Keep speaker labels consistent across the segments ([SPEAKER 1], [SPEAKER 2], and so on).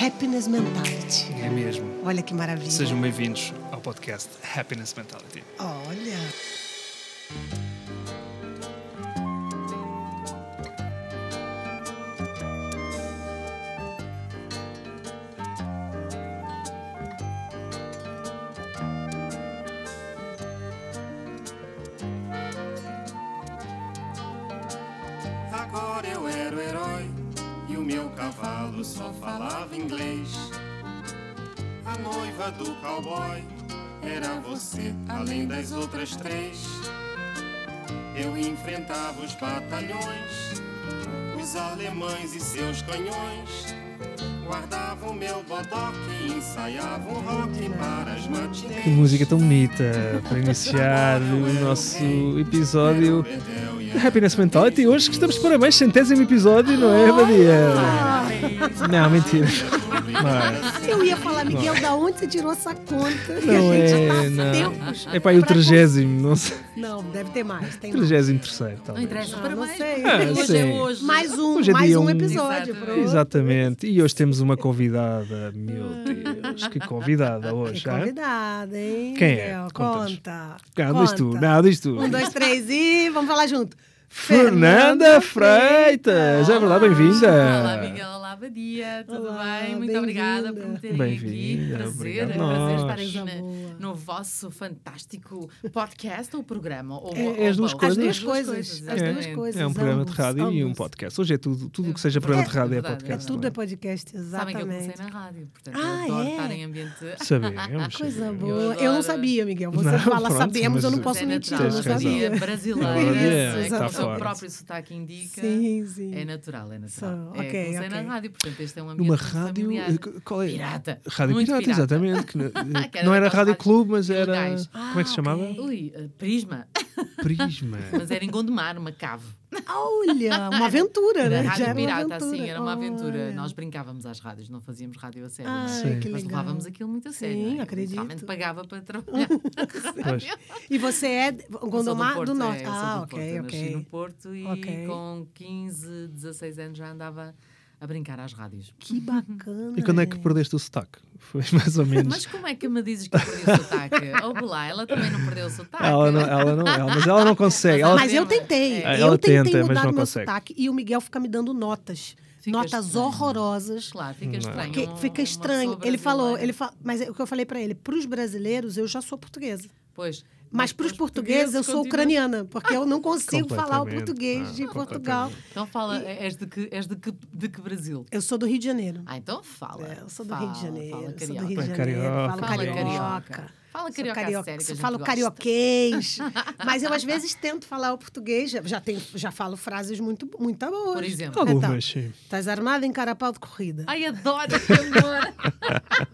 [SPEAKER 1] Happiness Mentality.
[SPEAKER 2] É mesmo.
[SPEAKER 1] Olha que maravilha.
[SPEAKER 2] Sejam bem-vindos ao podcast Happiness Mentality.
[SPEAKER 1] Olha.
[SPEAKER 3] Agora eu era o herói e o meu cavalo só falava inglês. A noiva do cowboy era você, além das outras três. Eu enfrentava os batalhões, os alemães e seus canhões. Guardava o meu bodoque e ensaiava um rock para as matinês.
[SPEAKER 2] Que música tão bonita para iniciar o nosso episódio de Happiness Mentality. Hoje que estamos de parabéns, centésimo episódio, não é, Maria? Não, mentira. Mas,
[SPEAKER 1] Eu ia falar, Miguel, da onde você tirou essa conta? que
[SPEAKER 2] não
[SPEAKER 1] a gente
[SPEAKER 2] é,
[SPEAKER 1] tá
[SPEAKER 2] não.
[SPEAKER 1] tempos
[SPEAKER 2] É para aí o
[SPEAKER 1] pra
[SPEAKER 2] trigésimo, não sei.
[SPEAKER 1] cons- Não, deve ter mais. Tem mais.
[SPEAKER 2] Trigésimo terceiro,
[SPEAKER 4] Não
[SPEAKER 2] talvez.
[SPEAKER 4] interessa,
[SPEAKER 1] Ah,
[SPEAKER 4] para
[SPEAKER 1] não
[SPEAKER 4] mais.
[SPEAKER 1] sei.
[SPEAKER 2] Ah,
[SPEAKER 4] hoje
[SPEAKER 2] sim.
[SPEAKER 4] é hoje.
[SPEAKER 1] Mais um,
[SPEAKER 2] Hoje é
[SPEAKER 1] mais
[SPEAKER 2] dia
[SPEAKER 1] um
[SPEAKER 2] um.
[SPEAKER 1] episódio.
[SPEAKER 4] Exatamente.
[SPEAKER 1] pronto.
[SPEAKER 2] Exatamente. E hoje temos uma convidada, meu Deus, que convidada hoje,
[SPEAKER 1] Tem
[SPEAKER 2] hein?
[SPEAKER 1] convidada, hein?
[SPEAKER 2] Quem é?
[SPEAKER 1] Miguel?
[SPEAKER 2] Contas.
[SPEAKER 1] Conta.
[SPEAKER 2] Não, diz é? tu, né?
[SPEAKER 1] Conta.
[SPEAKER 2] não, diz tu.
[SPEAKER 1] Um, dois, três e vamos falar junto.
[SPEAKER 2] Fernanda Freitas, é verdade,
[SPEAKER 4] Olá,
[SPEAKER 2] bem-vinda.
[SPEAKER 4] Miguel. Olá, Badia. Tudo
[SPEAKER 1] Olá,
[SPEAKER 4] bem? Muito
[SPEAKER 1] bem-vinda.
[SPEAKER 4] obrigada por me terem
[SPEAKER 2] Bem-vinda,
[SPEAKER 4] aqui. Prazer,
[SPEAKER 2] obrigado
[SPEAKER 4] é prazer
[SPEAKER 2] nós.
[SPEAKER 4] estar aqui
[SPEAKER 1] Coisa
[SPEAKER 4] na-
[SPEAKER 1] boa.
[SPEAKER 4] no vosso fantástico podcast ou programa. Ou,
[SPEAKER 2] É-
[SPEAKER 4] ou-
[SPEAKER 2] é as
[SPEAKER 4] ou-
[SPEAKER 2] duas
[SPEAKER 4] ou-
[SPEAKER 2] coisas.
[SPEAKER 4] As duas coisas.
[SPEAKER 1] As
[SPEAKER 2] É,
[SPEAKER 1] duas
[SPEAKER 4] exatamente.
[SPEAKER 1] coisas,
[SPEAKER 2] É um programa de
[SPEAKER 1] ambos,
[SPEAKER 2] rádio e um
[SPEAKER 1] ambos.
[SPEAKER 2] podcast. Hoje é tudo, tudo o que seja programa de rádio é
[SPEAKER 4] É
[SPEAKER 1] É
[SPEAKER 2] podcast.
[SPEAKER 1] tudo é
[SPEAKER 2] não
[SPEAKER 1] podcast,
[SPEAKER 4] Sabem que eu né? comecei
[SPEAKER 1] exatamente.
[SPEAKER 4] na rádio, portanto
[SPEAKER 1] Ah,
[SPEAKER 4] eu adoro
[SPEAKER 1] é?
[SPEAKER 4] estar em ambiente...
[SPEAKER 2] é? Sabemos.
[SPEAKER 1] Coisa
[SPEAKER 2] sabemos.
[SPEAKER 1] boa.
[SPEAKER 4] Eu
[SPEAKER 1] Eu não
[SPEAKER 4] adoro.
[SPEAKER 1] sabia, Miguel. Você
[SPEAKER 2] Não,
[SPEAKER 1] fala
[SPEAKER 2] pronto,
[SPEAKER 1] sabemos, eu
[SPEAKER 2] mas
[SPEAKER 1] não posso
[SPEAKER 4] é
[SPEAKER 1] mentir,
[SPEAKER 4] natural,
[SPEAKER 1] eu não
[SPEAKER 2] tens razão.
[SPEAKER 1] sabia.
[SPEAKER 4] brasileira,
[SPEAKER 2] É,
[SPEAKER 4] sei,
[SPEAKER 1] tá
[SPEAKER 4] como o seu
[SPEAKER 2] forte.
[SPEAKER 4] próprio sotaque indica.
[SPEAKER 1] Sim, sim.
[SPEAKER 4] É natural, é natural.
[SPEAKER 1] Só,
[SPEAKER 4] é,
[SPEAKER 1] ok,
[SPEAKER 4] comecei
[SPEAKER 1] ok.
[SPEAKER 4] na rádio, portanto este é um ambiente
[SPEAKER 2] Numa
[SPEAKER 4] muito
[SPEAKER 2] rádio.
[SPEAKER 4] familiar.
[SPEAKER 2] eh, Qual é?
[SPEAKER 4] Pirata.
[SPEAKER 2] Rádio
[SPEAKER 4] Muito
[SPEAKER 2] Pirata,
[SPEAKER 4] pirata.
[SPEAKER 2] exatamente. que n- eh,
[SPEAKER 4] Que era
[SPEAKER 2] não era
[SPEAKER 4] daquelas
[SPEAKER 2] Rádio
[SPEAKER 4] rádios
[SPEAKER 2] Clube, mas era.
[SPEAKER 4] ilegais.
[SPEAKER 2] Como é que se chamava?
[SPEAKER 4] Ui, eh, prisma.
[SPEAKER 2] Prisma.
[SPEAKER 4] Mas era em Gondomar, numa cave.
[SPEAKER 1] Olha, uma aventura,
[SPEAKER 4] Era
[SPEAKER 1] né? Já
[SPEAKER 4] rádio
[SPEAKER 1] era uma
[SPEAKER 4] pirata,
[SPEAKER 1] aventura.
[SPEAKER 4] assim, era uma aventura.
[SPEAKER 1] Olha.
[SPEAKER 4] Nós brincávamos às rádios, não fazíamos rádio a sério.
[SPEAKER 1] Ai,
[SPEAKER 4] não é?
[SPEAKER 2] Sim.
[SPEAKER 1] que
[SPEAKER 4] Mas
[SPEAKER 1] legal.
[SPEAKER 4] levávamos aquilo muito a sério.
[SPEAKER 1] Sim,
[SPEAKER 4] não é? Eu
[SPEAKER 1] acredito.
[SPEAKER 4] Realmente pagava para trabalhar.
[SPEAKER 2] Pois.
[SPEAKER 1] E você é de-
[SPEAKER 4] Eu sou
[SPEAKER 1] Gondomar do,
[SPEAKER 4] Porto,
[SPEAKER 1] Norte.
[SPEAKER 4] é, eu sou
[SPEAKER 1] ah,
[SPEAKER 4] do Porto.
[SPEAKER 1] ok,
[SPEAKER 4] Eu Nasci no
[SPEAKER 1] ok.
[SPEAKER 4] Porto e
[SPEAKER 1] Ok.
[SPEAKER 4] com 15, 16 anos já andava a brincar às rádios.
[SPEAKER 1] Que bacana.
[SPEAKER 2] E quando é que perdeste o sotaque? Foi mais ou menos.
[SPEAKER 4] Mas como é que me dizes que eu perdi o sotaque? Ou lá, ela também não perdeu o sotaque.
[SPEAKER 2] Ela não, ela não, é, ela, mas ela não consegue. Ela,
[SPEAKER 1] Mas eu
[SPEAKER 4] tenta.
[SPEAKER 1] tentei.
[SPEAKER 2] É.
[SPEAKER 1] eu
[SPEAKER 2] Ela
[SPEAKER 1] tentei
[SPEAKER 2] tenta, mas
[SPEAKER 1] mudar
[SPEAKER 2] não
[SPEAKER 1] o meu
[SPEAKER 2] consegue.
[SPEAKER 1] sotaque e o Miguel fica me dando notas.
[SPEAKER 4] Fica
[SPEAKER 1] notas
[SPEAKER 4] estranho.
[SPEAKER 1] horrorosas.
[SPEAKER 4] Claro, fica estranho.
[SPEAKER 1] Porque
[SPEAKER 4] um-
[SPEAKER 1] fica
[SPEAKER 4] uma
[SPEAKER 1] estranho.
[SPEAKER 4] pessoa
[SPEAKER 1] Ele falou,
[SPEAKER 4] brasileira.
[SPEAKER 1] ele fa- mas é o que eu falei pra ele, pros brasileiros eu já sou portuguesa.
[SPEAKER 4] Pois.
[SPEAKER 1] Mas pros portugueses eu sou
[SPEAKER 4] continuam-
[SPEAKER 1] ucraniana, porque eu não consigo falar o
[SPEAKER 2] Completamente.
[SPEAKER 1] português
[SPEAKER 2] Ah,
[SPEAKER 1] de Portugal.
[SPEAKER 4] Então fala, és, de que, és de, que, de que Brasil?
[SPEAKER 1] Eu sou do Rio de Janeiro.
[SPEAKER 4] Ah, então fala.
[SPEAKER 1] É, eu sou do
[SPEAKER 4] Fala,
[SPEAKER 1] Rio de Janeiro. sou
[SPEAKER 4] Fala carioca.
[SPEAKER 1] do Rio de
[SPEAKER 2] Fala
[SPEAKER 1] Janeiro. Falo
[SPEAKER 4] Fala
[SPEAKER 1] carioca.
[SPEAKER 4] carioca. Fala
[SPEAKER 1] sou
[SPEAKER 4] carioca, a sério, que a
[SPEAKER 1] sou-
[SPEAKER 4] gente
[SPEAKER 1] falo
[SPEAKER 4] gosta.
[SPEAKER 1] carioquês. mas eu às vezes tento falar o português, já- já, tenho, já falo frases muito, muito boas. Então, tá
[SPEAKER 4] Por exemplo.
[SPEAKER 2] Algumas, sim.
[SPEAKER 1] Estás armada em carapau de corrida.
[SPEAKER 4] Ai, adoro esse amor.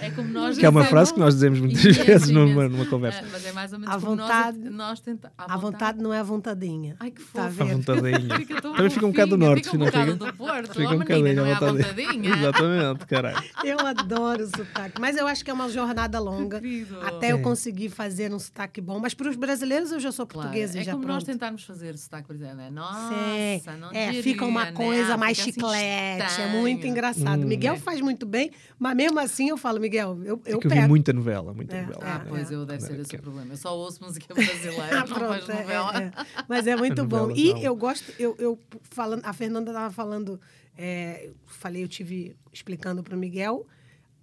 [SPEAKER 4] é como nós
[SPEAKER 2] Que é uma
[SPEAKER 4] dizemos.
[SPEAKER 2] frase que nós dizemos muitas
[SPEAKER 4] Imenso,
[SPEAKER 2] vezes numa,
[SPEAKER 4] imenso.
[SPEAKER 2] numa conversa.
[SPEAKER 4] É, mas é mais ou
[SPEAKER 1] À
[SPEAKER 4] menos como
[SPEAKER 1] vontade.
[SPEAKER 4] nós, nós tentamos.
[SPEAKER 1] a vontade não é a vontadinha.
[SPEAKER 4] Ai, que
[SPEAKER 1] Tá
[SPEAKER 4] fofo.
[SPEAKER 2] À vontadinha.
[SPEAKER 4] Fica tão
[SPEAKER 2] Também fica um bocado do
[SPEAKER 4] fofinha,
[SPEAKER 2] norte,
[SPEAKER 4] fica um
[SPEAKER 2] não
[SPEAKER 4] bocado
[SPEAKER 2] fica?
[SPEAKER 4] do Porto.
[SPEAKER 2] Fica
[SPEAKER 4] Ó,
[SPEAKER 2] um
[SPEAKER 4] menina,
[SPEAKER 2] bocadinho
[SPEAKER 4] não é
[SPEAKER 2] à
[SPEAKER 4] à vontadinha.
[SPEAKER 2] vontadinha. Exatamente, caralho.
[SPEAKER 1] Eu adoro sotaque, mas eu acho que é uma jornada longa
[SPEAKER 4] Querido.
[SPEAKER 1] até eu
[SPEAKER 2] É.
[SPEAKER 1] conseguir fazer um sotaque bom. Mas para os brasileiros eu já sou
[SPEAKER 4] Claro,
[SPEAKER 1] portuguesa e
[SPEAKER 4] é
[SPEAKER 1] já
[SPEAKER 4] como nós
[SPEAKER 1] pronto.
[SPEAKER 4] tentarmos fazer sotaque brasileiro, né? Nossa,
[SPEAKER 1] Sim.
[SPEAKER 4] não
[SPEAKER 1] é,
[SPEAKER 4] diria,
[SPEAKER 1] fica uma
[SPEAKER 4] né?
[SPEAKER 1] coisa mais
[SPEAKER 4] Fica assim
[SPEAKER 1] chiclete. É
[SPEAKER 4] estranho.
[SPEAKER 1] muito engraçado. Miguel
[SPEAKER 4] É.
[SPEAKER 1] faz muito bem, mas mesmo assim eu falo, Miguel, eu, eu
[SPEAKER 2] Hum, É que eu vi
[SPEAKER 1] pego.
[SPEAKER 2] muita novela, muita
[SPEAKER 1] É,
[SPEAKER 2] novela.
[SPEAKER 4] Ah,
[SPEAKER 2] né?
[SPEAKER 4] pois eu, deve
[SPEAKER 2] Quando
[SPEAKER 4] ser
[SPEAKER 2] era
[SPEAKER 4] esse o
[SPEAKER 2] pequeno.
[SPEAKER 4] problema. Eu só ouço música brasileira,
[SPEAKER 1] Ah,
[SPEAKER 4] não vejo
[SPEAKER 1] pronto, é,
[SPEAKER 4] novela.
[SPEAKER 1] é. Mas é muito bom.
[SPEAKER 2] Novelas
[SPEAKER 1] E
[SPEAKER 2] não.
[SPEAKER 1] eu gosto, eu, eu falando, a Fernanda estava falando, é, eu falei, eu tive explicando para o Miguel.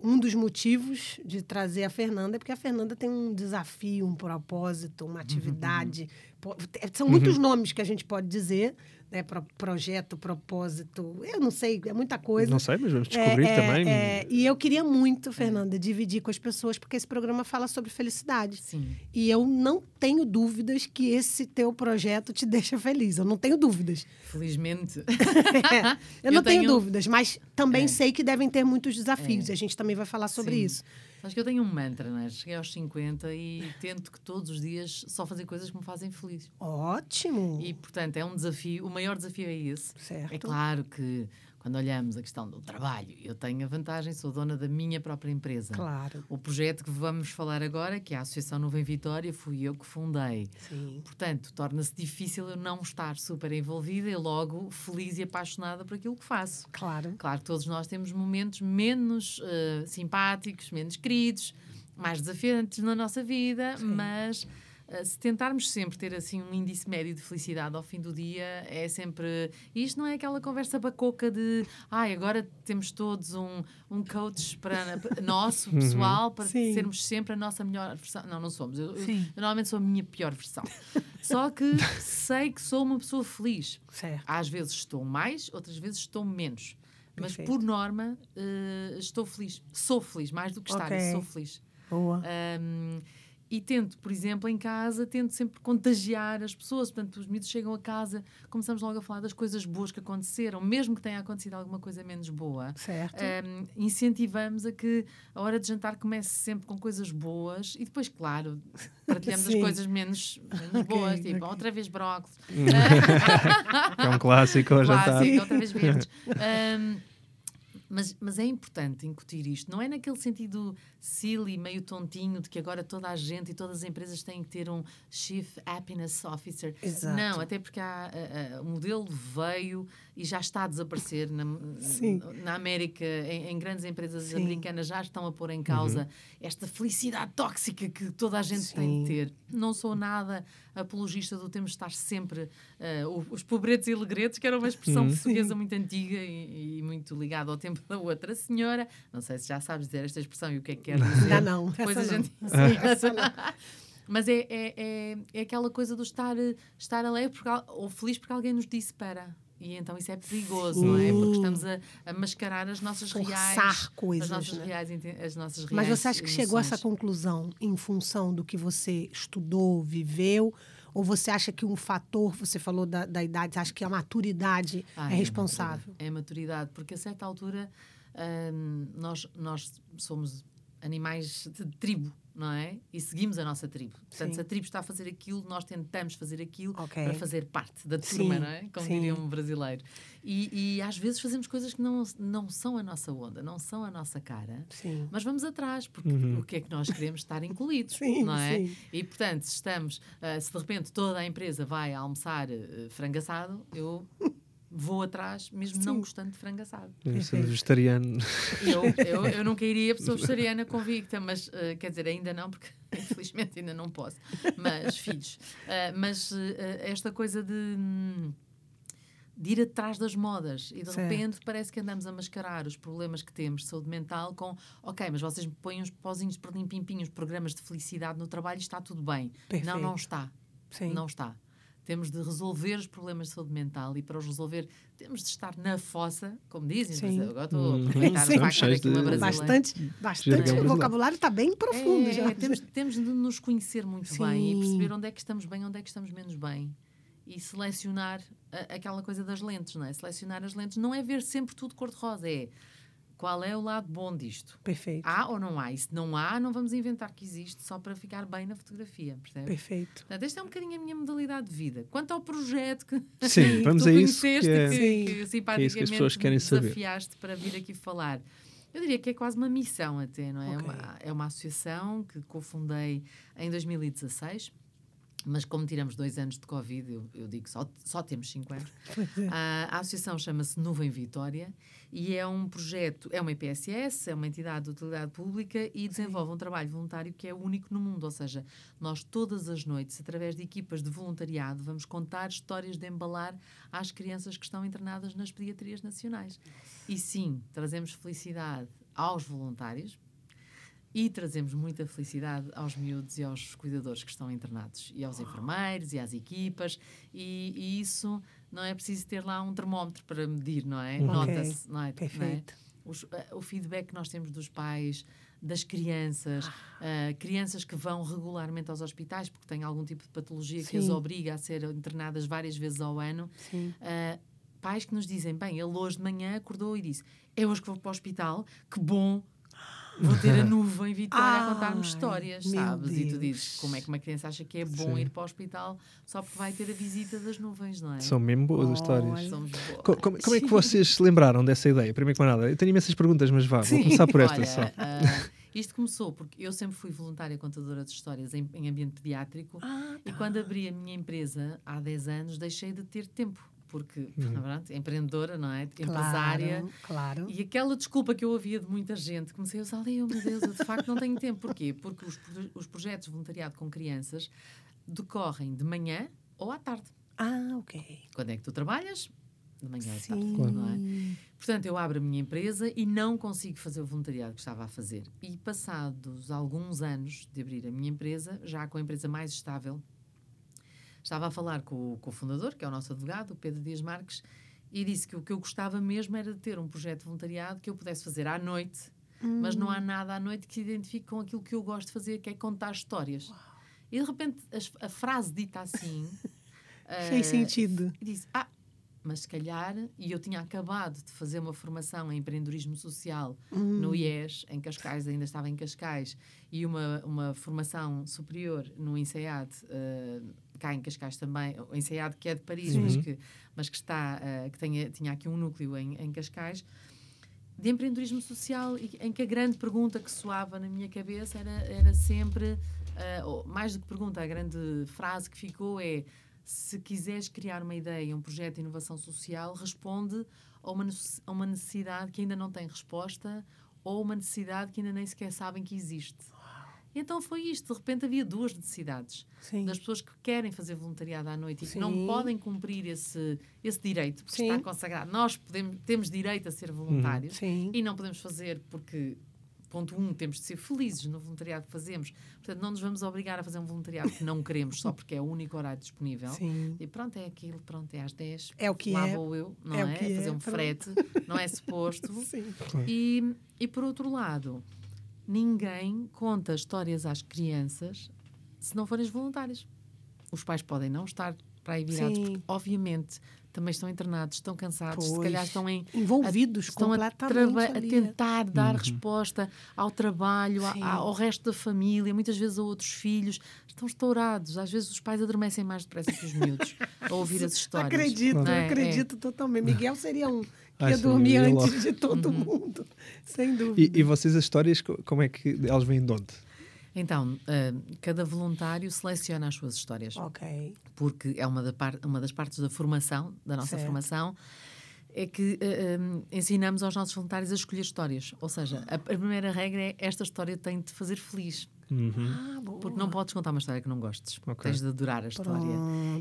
[SPEAKER 1] Um dos motivos de trazer a Fernanda é porque a Fernanda tem um desafio, um propósito, uma atividade. Po- é, São muitos nomes que a gente pode dizer, né? Pro- projeto, propósito, eu não sei, é muita coisa.
[SPEAKER 2] Não sei, mas vamos
[SPEAKER 1] É,
[SPEAKER 2] descobrir
[SPEAKER 1] é,
[SPEAKER 2] também.
[SPEAKER 1] é, e eu queria muito, Fernanda, dividir com as pessoas, porque esse programa fala sobre felicidade.
[SPEAKER 4] Sim.
[SPEAKER 1] E eu não tenho dúvidas que esse teu projeto te deixa feliz. Eu não tenho dúvidas. É.
[SPEAKER 4] Felizmente.
[SPEAKER 1] eu,
[SPEAKER 4] Eu
[SPEAKER 1] não tenho,
[SPEAKER 4] tenho-
[SPEAKER 1] dúvidas, mas também
[SPEAKER 4] É.
[SPEAKER 1] sei que devem ter muitos desafios.
[SPEAKER 4] É.
[SPEAKER 1] E a gente também vai falar sobre
[SPEAKER 4] Sim.
[SPEAKER 1] isso.
[SPEAKER 4] Acho que eu tenho um mantra, né? Cheguei aos 50 e tento que todos os dias só fazer coisas que me fazem feliz.
[SPEAKER 1] Ótimo.
[SPEAKER 4] E, portanto, é um desafio. O maior desafio é esse.
[SPEAKER 1] Certo.
[SPEAKER 4] É claro que Quando olhamos a questão do trabalho, eu tenho a vantagem, sou dona da minha própria empresa.
[SPEAKER 1] Claro.
[SPEAKER 4] O projeto que vamos falar agora, que é a Associação Nova em Vitória, fui eu que fundei.
[SPEAKER 1] Sim.
[SPEAKER 4] Portanto, torna-se difícil eu não estar super envolvida e logo feliz e apaixonada por aquilo que faço.
[SPEAKER 1] Claro.
[SPEAKER 4] Claro que todos nós temos momentos menos eh, simpáticos, menos queridos, mais desafiantes na nossa vida, mas eh, se tentarmos sempre ter assim um índice médio de felicidade ao fim do dia, é sempre. e Isto não é aquela conversa bacoca de ai, agora temos todos um, um coach para para- nosso, pessoal, para
[SPEAKER 1] Uhum. Sim.
[SPEAKER 4] sermos sempre a nossa melhor versão. Não, não somos. Eu, eu-
[SPEAKER 1] Sim.
[SPEAKER 4] eu normalmente sou a minha pior versão. Só que sei que sou uma pessoa feliz.
[SPEAKER 1] Certo.
[SPEAKER 4] Às vezes estou mais, outras vezes estou menos. Mas
[SPEAKER 1] Perfeito.
[SPEAKER 4] por norma eh, estou feliz. Sou feliz, mais do que estar, eu
[SPEAKER 1] Ok.
[SPEAKER 4] sou feliz.
[SPEAKER 1] Boa.
[SPEAKER 4] É. Ahm, e tento, por exemplo, em casa, tento sempre contagiar as pessoas. Portanto, os miúdos chegam a casa, começamos logo a falar das coisas boas que aconteceram, mesmo que tenha acontecido alguma coisa menos boa.
[SPEAKER 1] Certo.
[SPEAKER 4] Ahm, incentivamos a que a hora de jantar comece sempre com coisas boas e depois, claro, partilhamos as
[SPEAKER 1] Sim.
[SPEAKER 4] coisas menos, menos
[SPEAKER 1] Ok,
[SPEAKER 4] boas, tipo
[SPEAKER 1] ok.
[SPEAKER 4] outra vez brócolis,
[SPEAKER 2] É um clássico ao jantar.
[SPEAKER 4] clássico, outra vez verdes. Ahm, mas, mas é importante incutir isto. Não é naquele sentido silly, meio tontinho, de que agora toda a gente e todas as empresas têm que ter um Chief Happiness Officer.
[SPEAKER 1] Exato.
[SPEAKER 4] Não, até porque há, ah, ah, o modelo veio e já está a desaparecer na,
[SPEAKER 1] Sim.
[SPEAKER 4] na América, em, em grandes empresas
[SPEAKER 1] Sim.
[SPEAKER 4] americanas já estão a pôr em causa esta felicidade tóxica que toda a gente tem de ter. Não sou nada apologista do termos de estar sempre ah, o- os pobretos e alegretes, que era uma expressão portuguesa muito antiga e, e muito ligada ao tempo da outra senhora. Não sei se já sabes dizer esta expressão e o que é que quer dizer.
[SPEAKER 1] Ainda não.
[SPEAKER 4] Depois
[SPEAKER 1] essa
[SPEAKER 4] a
[SPEAKER 1] não.
[SPEAKER 4] gente Mas é, é, é, é aquela coisa do estar, estar alegre porque, al- ou feliz porque alguém nos disse para. E então isso é perigoso, não é? Porque estamos a, a mascarar as nossas
[SPEAKER 1] Forçar
[SPEAKER 4] reais.
[SPEAKER 1] coisas,
[SPEAKER 4] as nossas
[SPEAKER 1] né?
[SPEAKER 4] reais, inten- as nossas
[SPEAKER 1] Mas
[SPEAKER 4] reais
[SPEAKER 1] você acha que chegou a essa
[SPEAKER 4] emoções.
[SPEAKER 1] conclusão em função do que você estudou, viveu? Ou você acha que um fator, você falou da, da idade, você acha que a maturidade
[SPEAKER 4] Ah,
[SPEAKER 1] é responsável?
[SPEAKER 4] maturidade. É maturidade, porque a certa altura hum, nós, nós somos animais de tribo, não é? E seguimos a nossa tribo. Portanto,
[SPEAKER 1] Sim.
[SPEAKER 4] se a tribo está a fazer aquilo, nós tentamos fazer aquilo
[SPEAKER 1] Ok.
[SPEAKER 4] para fazer parte da turma,
[SPEAKER 1] Sim,
[SPEAKER 4] não é? Como
[SPEAKER 1] sim.
[SPEAKER 4] diria um brasileiro. E, e às vezes fazemos coisas que não, não são a nossa onda, não são a nossa cara.
[SPEAKER 1] Sim. Uhum.
[SPEAKER 4] Mas vamos atrás, porque o que é que nós queremos estar incluídos,
[SPEAKER 1] Sim,
[SPEAKER 4] não é?
[SPEAKER 1] sim.
[SPEAKER 4] E portanto, se estamos, ah, se de repente toda a empresa vai almoçar uh, frango assado, eu vou atrás, mesmo não gostando de frango assado.
[SPEAKER 2] Eu sou vegetariano.
[SPEAKER 4] Eu, eu, eu nunca iria pessoa vegetariana convicta, mas ah, quer dizer, ainda não, porque infelizmente ainda não posso. Mas filhos. Ah, mas ah, esta coisa de. hum, de ir atrás das modas e de
[SPEAKER 1] Certo.
[SPEAKER 4] repente parece que andamos a mascarar os problemas que temos de saúde mental com ok, mas vocês me põem uns pozinhos de perlim-pimpinhos, programas de felicidade no trabalho e está tudo bem. Não,
[SPEAKER 1] Perfeito.
[SPEAKER 4] não está.
[SPEAKER 1] Sim.
[SPEAKER 4] Não está. Temos de resolver os problemas de saúde mental e para os resolver temos de estar na fossa, como dizem,
[SPEAKER 1] Sim.
[SPEAKER 4] mas agora estou a
[SPEAKER 2] Hum, Sim.
[SPEAKER 4] aproveitar o
[SPEAKER 2] Estamos
[SPEAKER 4] facto
[SPEAKER 2] cheios
[SPEAKER 4] daqui uma
[SPEAKER 2] de-
[SPEAKER 4] brasileira.
[SPEAKER 1] Bastante, bastante
[SPEAKER 2] brasileiro.
[SPEAKER 1] o vocabulário está bem profundo
[SPEAKER 4] É,
[SPEAKER 1] já.
[SPEAKER 4] Temos, temos de nos conhecer muito
[SPEAKER 1] Sim.
[SPEAKER 4] bem e perceber onde é que estamos bem, onde é que estamos menos bem. E selecionar a- aquela coisa das lentes, não é? Selecionar as lentes não é ver sempre tudo cor-de-rosa, é qual é o lado bom disto?
[SPEAKER 1] Perfeito.
[SPEAKER 4] Há ou não há? E se não há, não vamos inventar que existe só para ficar bem na fotografia, percebe?
[SPEAKER 1] Perfeito.
[SPEAKER 4] Portanto, esta é um bocadinho a minha modalidade de vida. Quanto ao projeto que,
[SPEAKER 2] Sim, vamos
[SPEAKER 4] tu
[SPEAKER 2] a isso.
[SPEAKER 4] conheceste,
[SPEAKER 2] que é-
[SPEAKER 1] Sim.
[SPEAKER 4] que, que,
[SPEAKER 2] que é isso que as pessoas
[SPEAKER 4] simpaticamente
[SPEAKER 2] querem
[SPEAKER 4] me
[SPEAKER 2] saber.
[SPEAKER 4] desafiaste para vir aqui falar. Eu diria que é quase uma missão até, não é? É
[SPEAKER 1] Ok.
[SPEAKER 4] uma- é uma associação que cofundei em 2016. Mas como tiramos dois anos de Covid, eu, eu digo só, só temos cinco anos.
[SPEAKER 2] é.
[SPEAKER 4] Ah, A, associação chama-se Nuvem Vitória e é um projeto, é uma IPSS, é uma entidade de utilidade pública e desenvolve um trabalho voluntário que é único no mundo. Ou seja, nós todas as noites, através de equipas de voluntariado, vamos contar histórias de embalar às crianças que estão internadas nas pediatrias nacionais. E sim, trazemos felicidade aos voluntários, e trazemos muita felicidade aos miúdos e aos cuidadores que estão internados, e aos enfermeiros e às equipas, e, e isso não é preciso ter lá um termómetro para medir, não é? Nota-se, não é? Não é?
[SPEAKER 1] Perfeito.
[SPEAKER 4] Os- eh, o feedback que nós temos dos pais, das crianças,
[SPEAKER 1] Ah.
[SPEAKER 4] eh, crianças que vão regularmente aos hospitais porque têm algum tipo de patologia que as
[SPEAKER 1] Sim.
[SPEAKER 4] obriga a ser internadas várias vezes ao ano.
[SPEAKER 1] Sim.
[SPEAKER 4] Uh, pais que nos dizem: bem, ele hoje de manhã acordou e disse: é hoje que vou para o hospital, que bom. vou ter a nuvem Vitória a
[SPEAKER 1] Ai,
[SPEAKER 4] contar-me histórias,
[SPEAKER 1] meu
[SPEAKER 4] sabes? E tu
[SPEAKER 1] Deus.
[SPEAKER 4] dizes como é que uma criança acha que é bom
[SPEAKER 2] Sim.
[SPEAKER 4] ir para o hospital só porque vai ter a visita das nuvens, não é?
[SPEAKER 2] São mesmo boas as histórias.
[SPEAKER 1] Olha.
[SPEAKER 4] Somos boas.
[SPEAKER 2] Co- Como, como é que vocês se lembraram dessa ideia? Primeiro que mais nada, eu tenho imensas perguntas, mas vá, vou
[SPEAKER 4] Sim.
[SPEAKER 2] começar por esta
[SPEAKER 4] Olha,
[SPEAKER 2] só.
[SPEAKER 4] ah, isto começou porque eu sempre fui voluntária contadora de histórias em, em ambiente pediátrico
[SPEAKER 1] Ah,
[SPEAKER 4] e quando abri a minha empresa há 10 anos deixei de ter tempo. Porque,
[SPEAKER 2] Uhum.
[SPEAKER 4] pronto, empreendedora, não é? Empresária.
[SPEAKER 1] Claro.
[SPEAKER 4] E aquela desculpa que eu ouvia de muita gente, comecei a usar, eu, meu Deus, eu de facto não tenho tempo. Porquê? Porque os, pro- os projetos de voluntariado com crianças decorrem de manhã ou à tarde.
[SPEAKER 1] Ah, ok.
[SPEAKER 4] Quando é que tu trabalhas? De manhã à tarde,
[SPEAKER 1] Sim.
[SPEAKER 4] não é? Portanto, eu abro a minha empresa e não consigo fazer o voluntariado que estava a fazer. E passados alguns anos de abrir a minha empresa, já com a empresa mais estável, estava a falar com, o- com o fundador, que é o nosso advogado, o Pedro Dias Marques, e disse que o que eu gostava mesmo era de ter um projeto de voluntariado que eu pudesse fazer à noite, mas não há nada à noite que se identifique com aquilo que eu gosto de fazer, que é contar histórias. E de repente as- a, frase dita assim.
[SPEAKER 1] Fez
[SPEAKER 4] eh,
[SPEAKER 1] sentido.
[SPEAKER 4] e disse: Ah, mas se calhar, e eu tinha acabado de fazer uma formação em empreendedorismo social no IES, em Cascais, ainda estava em Cascais, e uma, uma formação superior no INSEAD, eh, cá em Cascais também, o INSEAD que é de Paris, mas que, mas que, está, eh, que tenha, tinha aqui um núcleo em, em Cascais. De empreendedorismo social, e em que a grande pergunta que soava na minha cabeça era, era sempre, eh, ou mais do que pergunta, a grande frase que ficou é: se quiseres criar uma ideia, um projeto de inovação social, responde a uma, nece- a uma necessidade que ainda não tem resposta ou uma necessidade que ainda nem sequer sabem que existe. Então foi isto, de repente havia duas necessidades.
[SPEAKER 1] Sim.
[SPEAKER 4] Das pessoas que querem fazer voluntariado à noite e que
[SPEAKER 1] Sim.
[SPEAKER 4] não podem cumprir esse, esse direito, porque
[SPEAKER 1] Sim. Uhum.
[SPEAKER 4] está consagrado. Nós podemos, temos direito a ser voluntários
[SPEAKER 1] Sim.
[SPEAKER 4] e não podemos fazer porque, ponto um, temos de ser felizes no voluntariado que fazemos. Portanto, não nos vamos obrigar a fazer um voluntariado que não queremos só porque é o único horário disponível.
[SPEAKER 1] Sim.
[SPEAKER 4] E pronto, é aquilo, pronto, é às 10.
[SPEAKER 1] É o que
[SPEAKER 4] lá
[SPEAKER 1] é.
[SPEAKER 4] vou eu, não
[SPEAKER 1] É o
[SPEAKER 4] é?
[SPEAKER 1] que
[SPEAKER 4] Fazer
[SPEAKER 1] é,
[SPEAKER 4] um
[SPEAKER 1] pronto.
[SPEAKER 4] frete, não é suposto.
[SPEAKER 1] Sim.
[SPEAKER 4] E, e por outro lado, ninguém conta histórias às crianças se não forem os voluntários. Os pais podem não estar para aí virados,
[SPEAKER 1] Sim.
[SPEAKER 4] porque obviamente também estão internados, estão cansados, se
[SPEAKER 1] Pois.
[SPEAKER 4] calhar estão em
[SPEAKER 1] Envolvidos
[SPEAKER 4] estão a,
[SPEAKER 1] completamente.
[SPEAKER 4] traba- a
[SPEAKER 1] ali, né?
[SPEAKER 4] tentar dar resposta ao trabalho, a-
[SPEAKER 1] Sim.
[SPEAKER 4] a- ao resto da família, muitas vezes a outros filhos. Estão estourados. Às vezes os pais adormecem mais depressa que os miúdos a ouvir as histórias.
[SPEAKER 1] Acredito,
[SPEAKER 4] Não é?
[SPEAKER 1] eu acredito totalmente. Miguel seria um que
[SPEAKER 2] Ai,
[SPEAKER 1] ia
[SPEAKER 2] Ah, sim,
[SPEAKER 1] dormir
[SPEAKER 2] eu ia
[SPEAKER 1] antes
[SPEAKER 2] logo.
[SPEAKER 1] de todo
[SPEAKER 4] Uhum.
[SPEAKER 1] mundo, sem
[SPEAKER 2] E,
[SPEAKER 1] dúvida.
[SPEAKER 2] e vocês, as histórias, co- como é que elas vêm de onde?
[SPEAKER 4] É. Então, ah, cada voluntário seleciona as suas histórias.
[SPEAKER 1] Ok.
[SPEAKER 4] porque é uma, da par- uma das partes da formação, da nossa
[SPEAKER 1] Certo.
[SPEAKER 4] formação, é que eh, em, ensinamos aos nossos voluntários a escolher histórias. Ou seja, a, a primeira regra é esta história tem de te fazer feliz.
[SPEAKER 1] Ah, boa.
[SPEAKER 4] Porque não podes contar uma história que não gostes.
[SPEAKER 2] Ok.
[SPEAKER 4] Tens de adorar a história.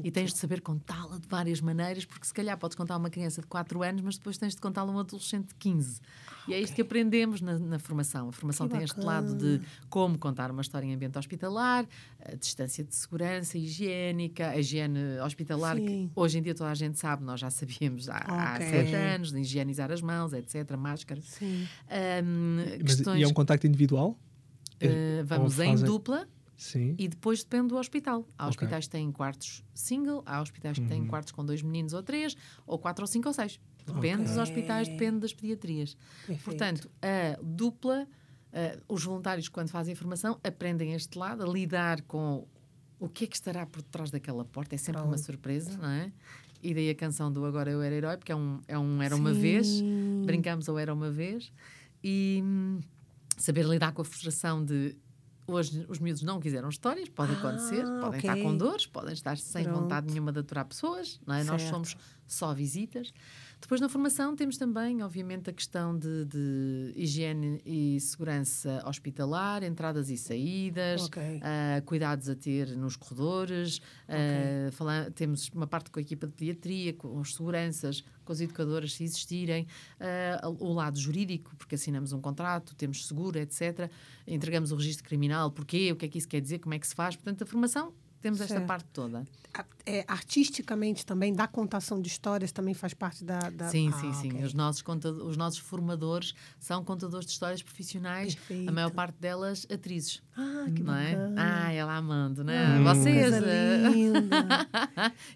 [SPEAKER 4] E tens de saber contá-la de várias maneiras, porque se calhar podes contar a uma criança de 4 anos, mas depois tens de contá-la a um adolescente de 15. e é isto que aprendemos na, na formação. A formação
[SPEAKER 1] Que
[SPEAKER 4] tem este
[SPEAKER 1] bacana.
[SPEAKER 4] lado de como contar uma história em ambiente hospitalar, a distância de segurança higiênica, a higiene hospitalar,
[SPEAKER 1] Sim.
[SPEAKER 4] que hoje em dia toda a gente sabe, nós já sabíamos há, há
[SPEAKER 1] Ok.
[SPEAKER 4] 7 anos, de higienizar as mãos, etc., máscara.
[SPEAKER 1] Sim.
[SPEAKER 4] Ahm,
[SPEAKER 2] Mas,
[SPEAKER 4] questões.
[SPEAKER 2] e é um contacto individual?
[SPEAKER 4] eh, vamos
[SPEAKER 2] Ou
[SPEAKER 4] em
[SPEAKER 2] fazem-
[SPEAKER 4] dupla.
[SPEAKER 2] Sim.
[SPEAKER 4] E depois depende do hospital.
[SPEAKER 2] Ok.
[SPEAKER 4] Há
[SPEAKER 2] Uhum.
[SPEAKER 4] hospitais que têm quartos single, há hospitais que têm quartos com dois meninos ou três, ou quatro ou cinco ou seis. Depende dos hospitais, depende das pediatrias.
[SPEAKER 1] Perfeito.
[SPEAKER 4] Portanto, a dupla, eh, os voluntários, quando fazem a formação, aprendem este lado, a lidar com o que é que estará por trás daquela porta. É sempre uma surpresa, não é? E daí a canção do Agora Eu Era Herói, porque é um, é um Era Uma Vez,
[SPEAKER 1] Sim.
[SPEAKER 4] brincamos ao Era Uma Vez. E hum, saber lidar com a frustração de hoje os miúdos não quiseram histórias, pode
[SPEAKER 1] Ah,
[SPEAKER 4] acontecer, podem
[SPEAKER 1] ok.
[SPEAKER 4] estar com dores, podem estar sem
[SPEAKER 1] Pronto.
[SPEAKER 4] vontade nenhuma de aturar pessoas, não é? nós
[SPEAKER 1] Certo.
[SPEAKER 4] somos só visitas. Depois na formação temos também, obviamente, a questão de, de higiene e segurança hospitalar, entradas e saídas,
[SPEAKER 1] Ok.
[SPEAKER 4] ah, cuidados a ter nos corredores, ah, fala- temos uma parte com a equipa de pediatria, com as seguranças, com as educadoras, se existirem, ah, o lado jurídico, porque assinamos um contrato, temos seguro, etc. Entregamos o registro criminal, porquê, o que é que isso quer dizer, como é que se faz. Portanto, a formação, temos esta
[SPEAKER 1] Certo.
[SPEAKER 4] parte toda.
[SPEAKER 1] Ah, é, artisticamente também, da contação de histórias, também faz parte da. da-
[SPEAKER 4] Sim,
[SPEAKER 1] Ah,
[SPEAKER 4] sim, sim.
[SPEAKER 1] ok.
[SPEAKER 4] Os, nossos conta- os nossos formadores são contadores de histórias profissionais,
[SPEAKER 1] Perfeito.
[SPEAKER 4] a maior parte delas atrizes.
[SPEAKER 1] Ah, que
[SPEAKER 4] não é?
[SPEAKER 1] bacana.
[SPEAKER 4] Ah, ela amando, não é?
[SPEAKER 1] Ah,
[SPEAKER 4] Vocês.
[SPEAKER 1] coisa
[SPEAKER 4] eh,
[SPEAKER 1] linda.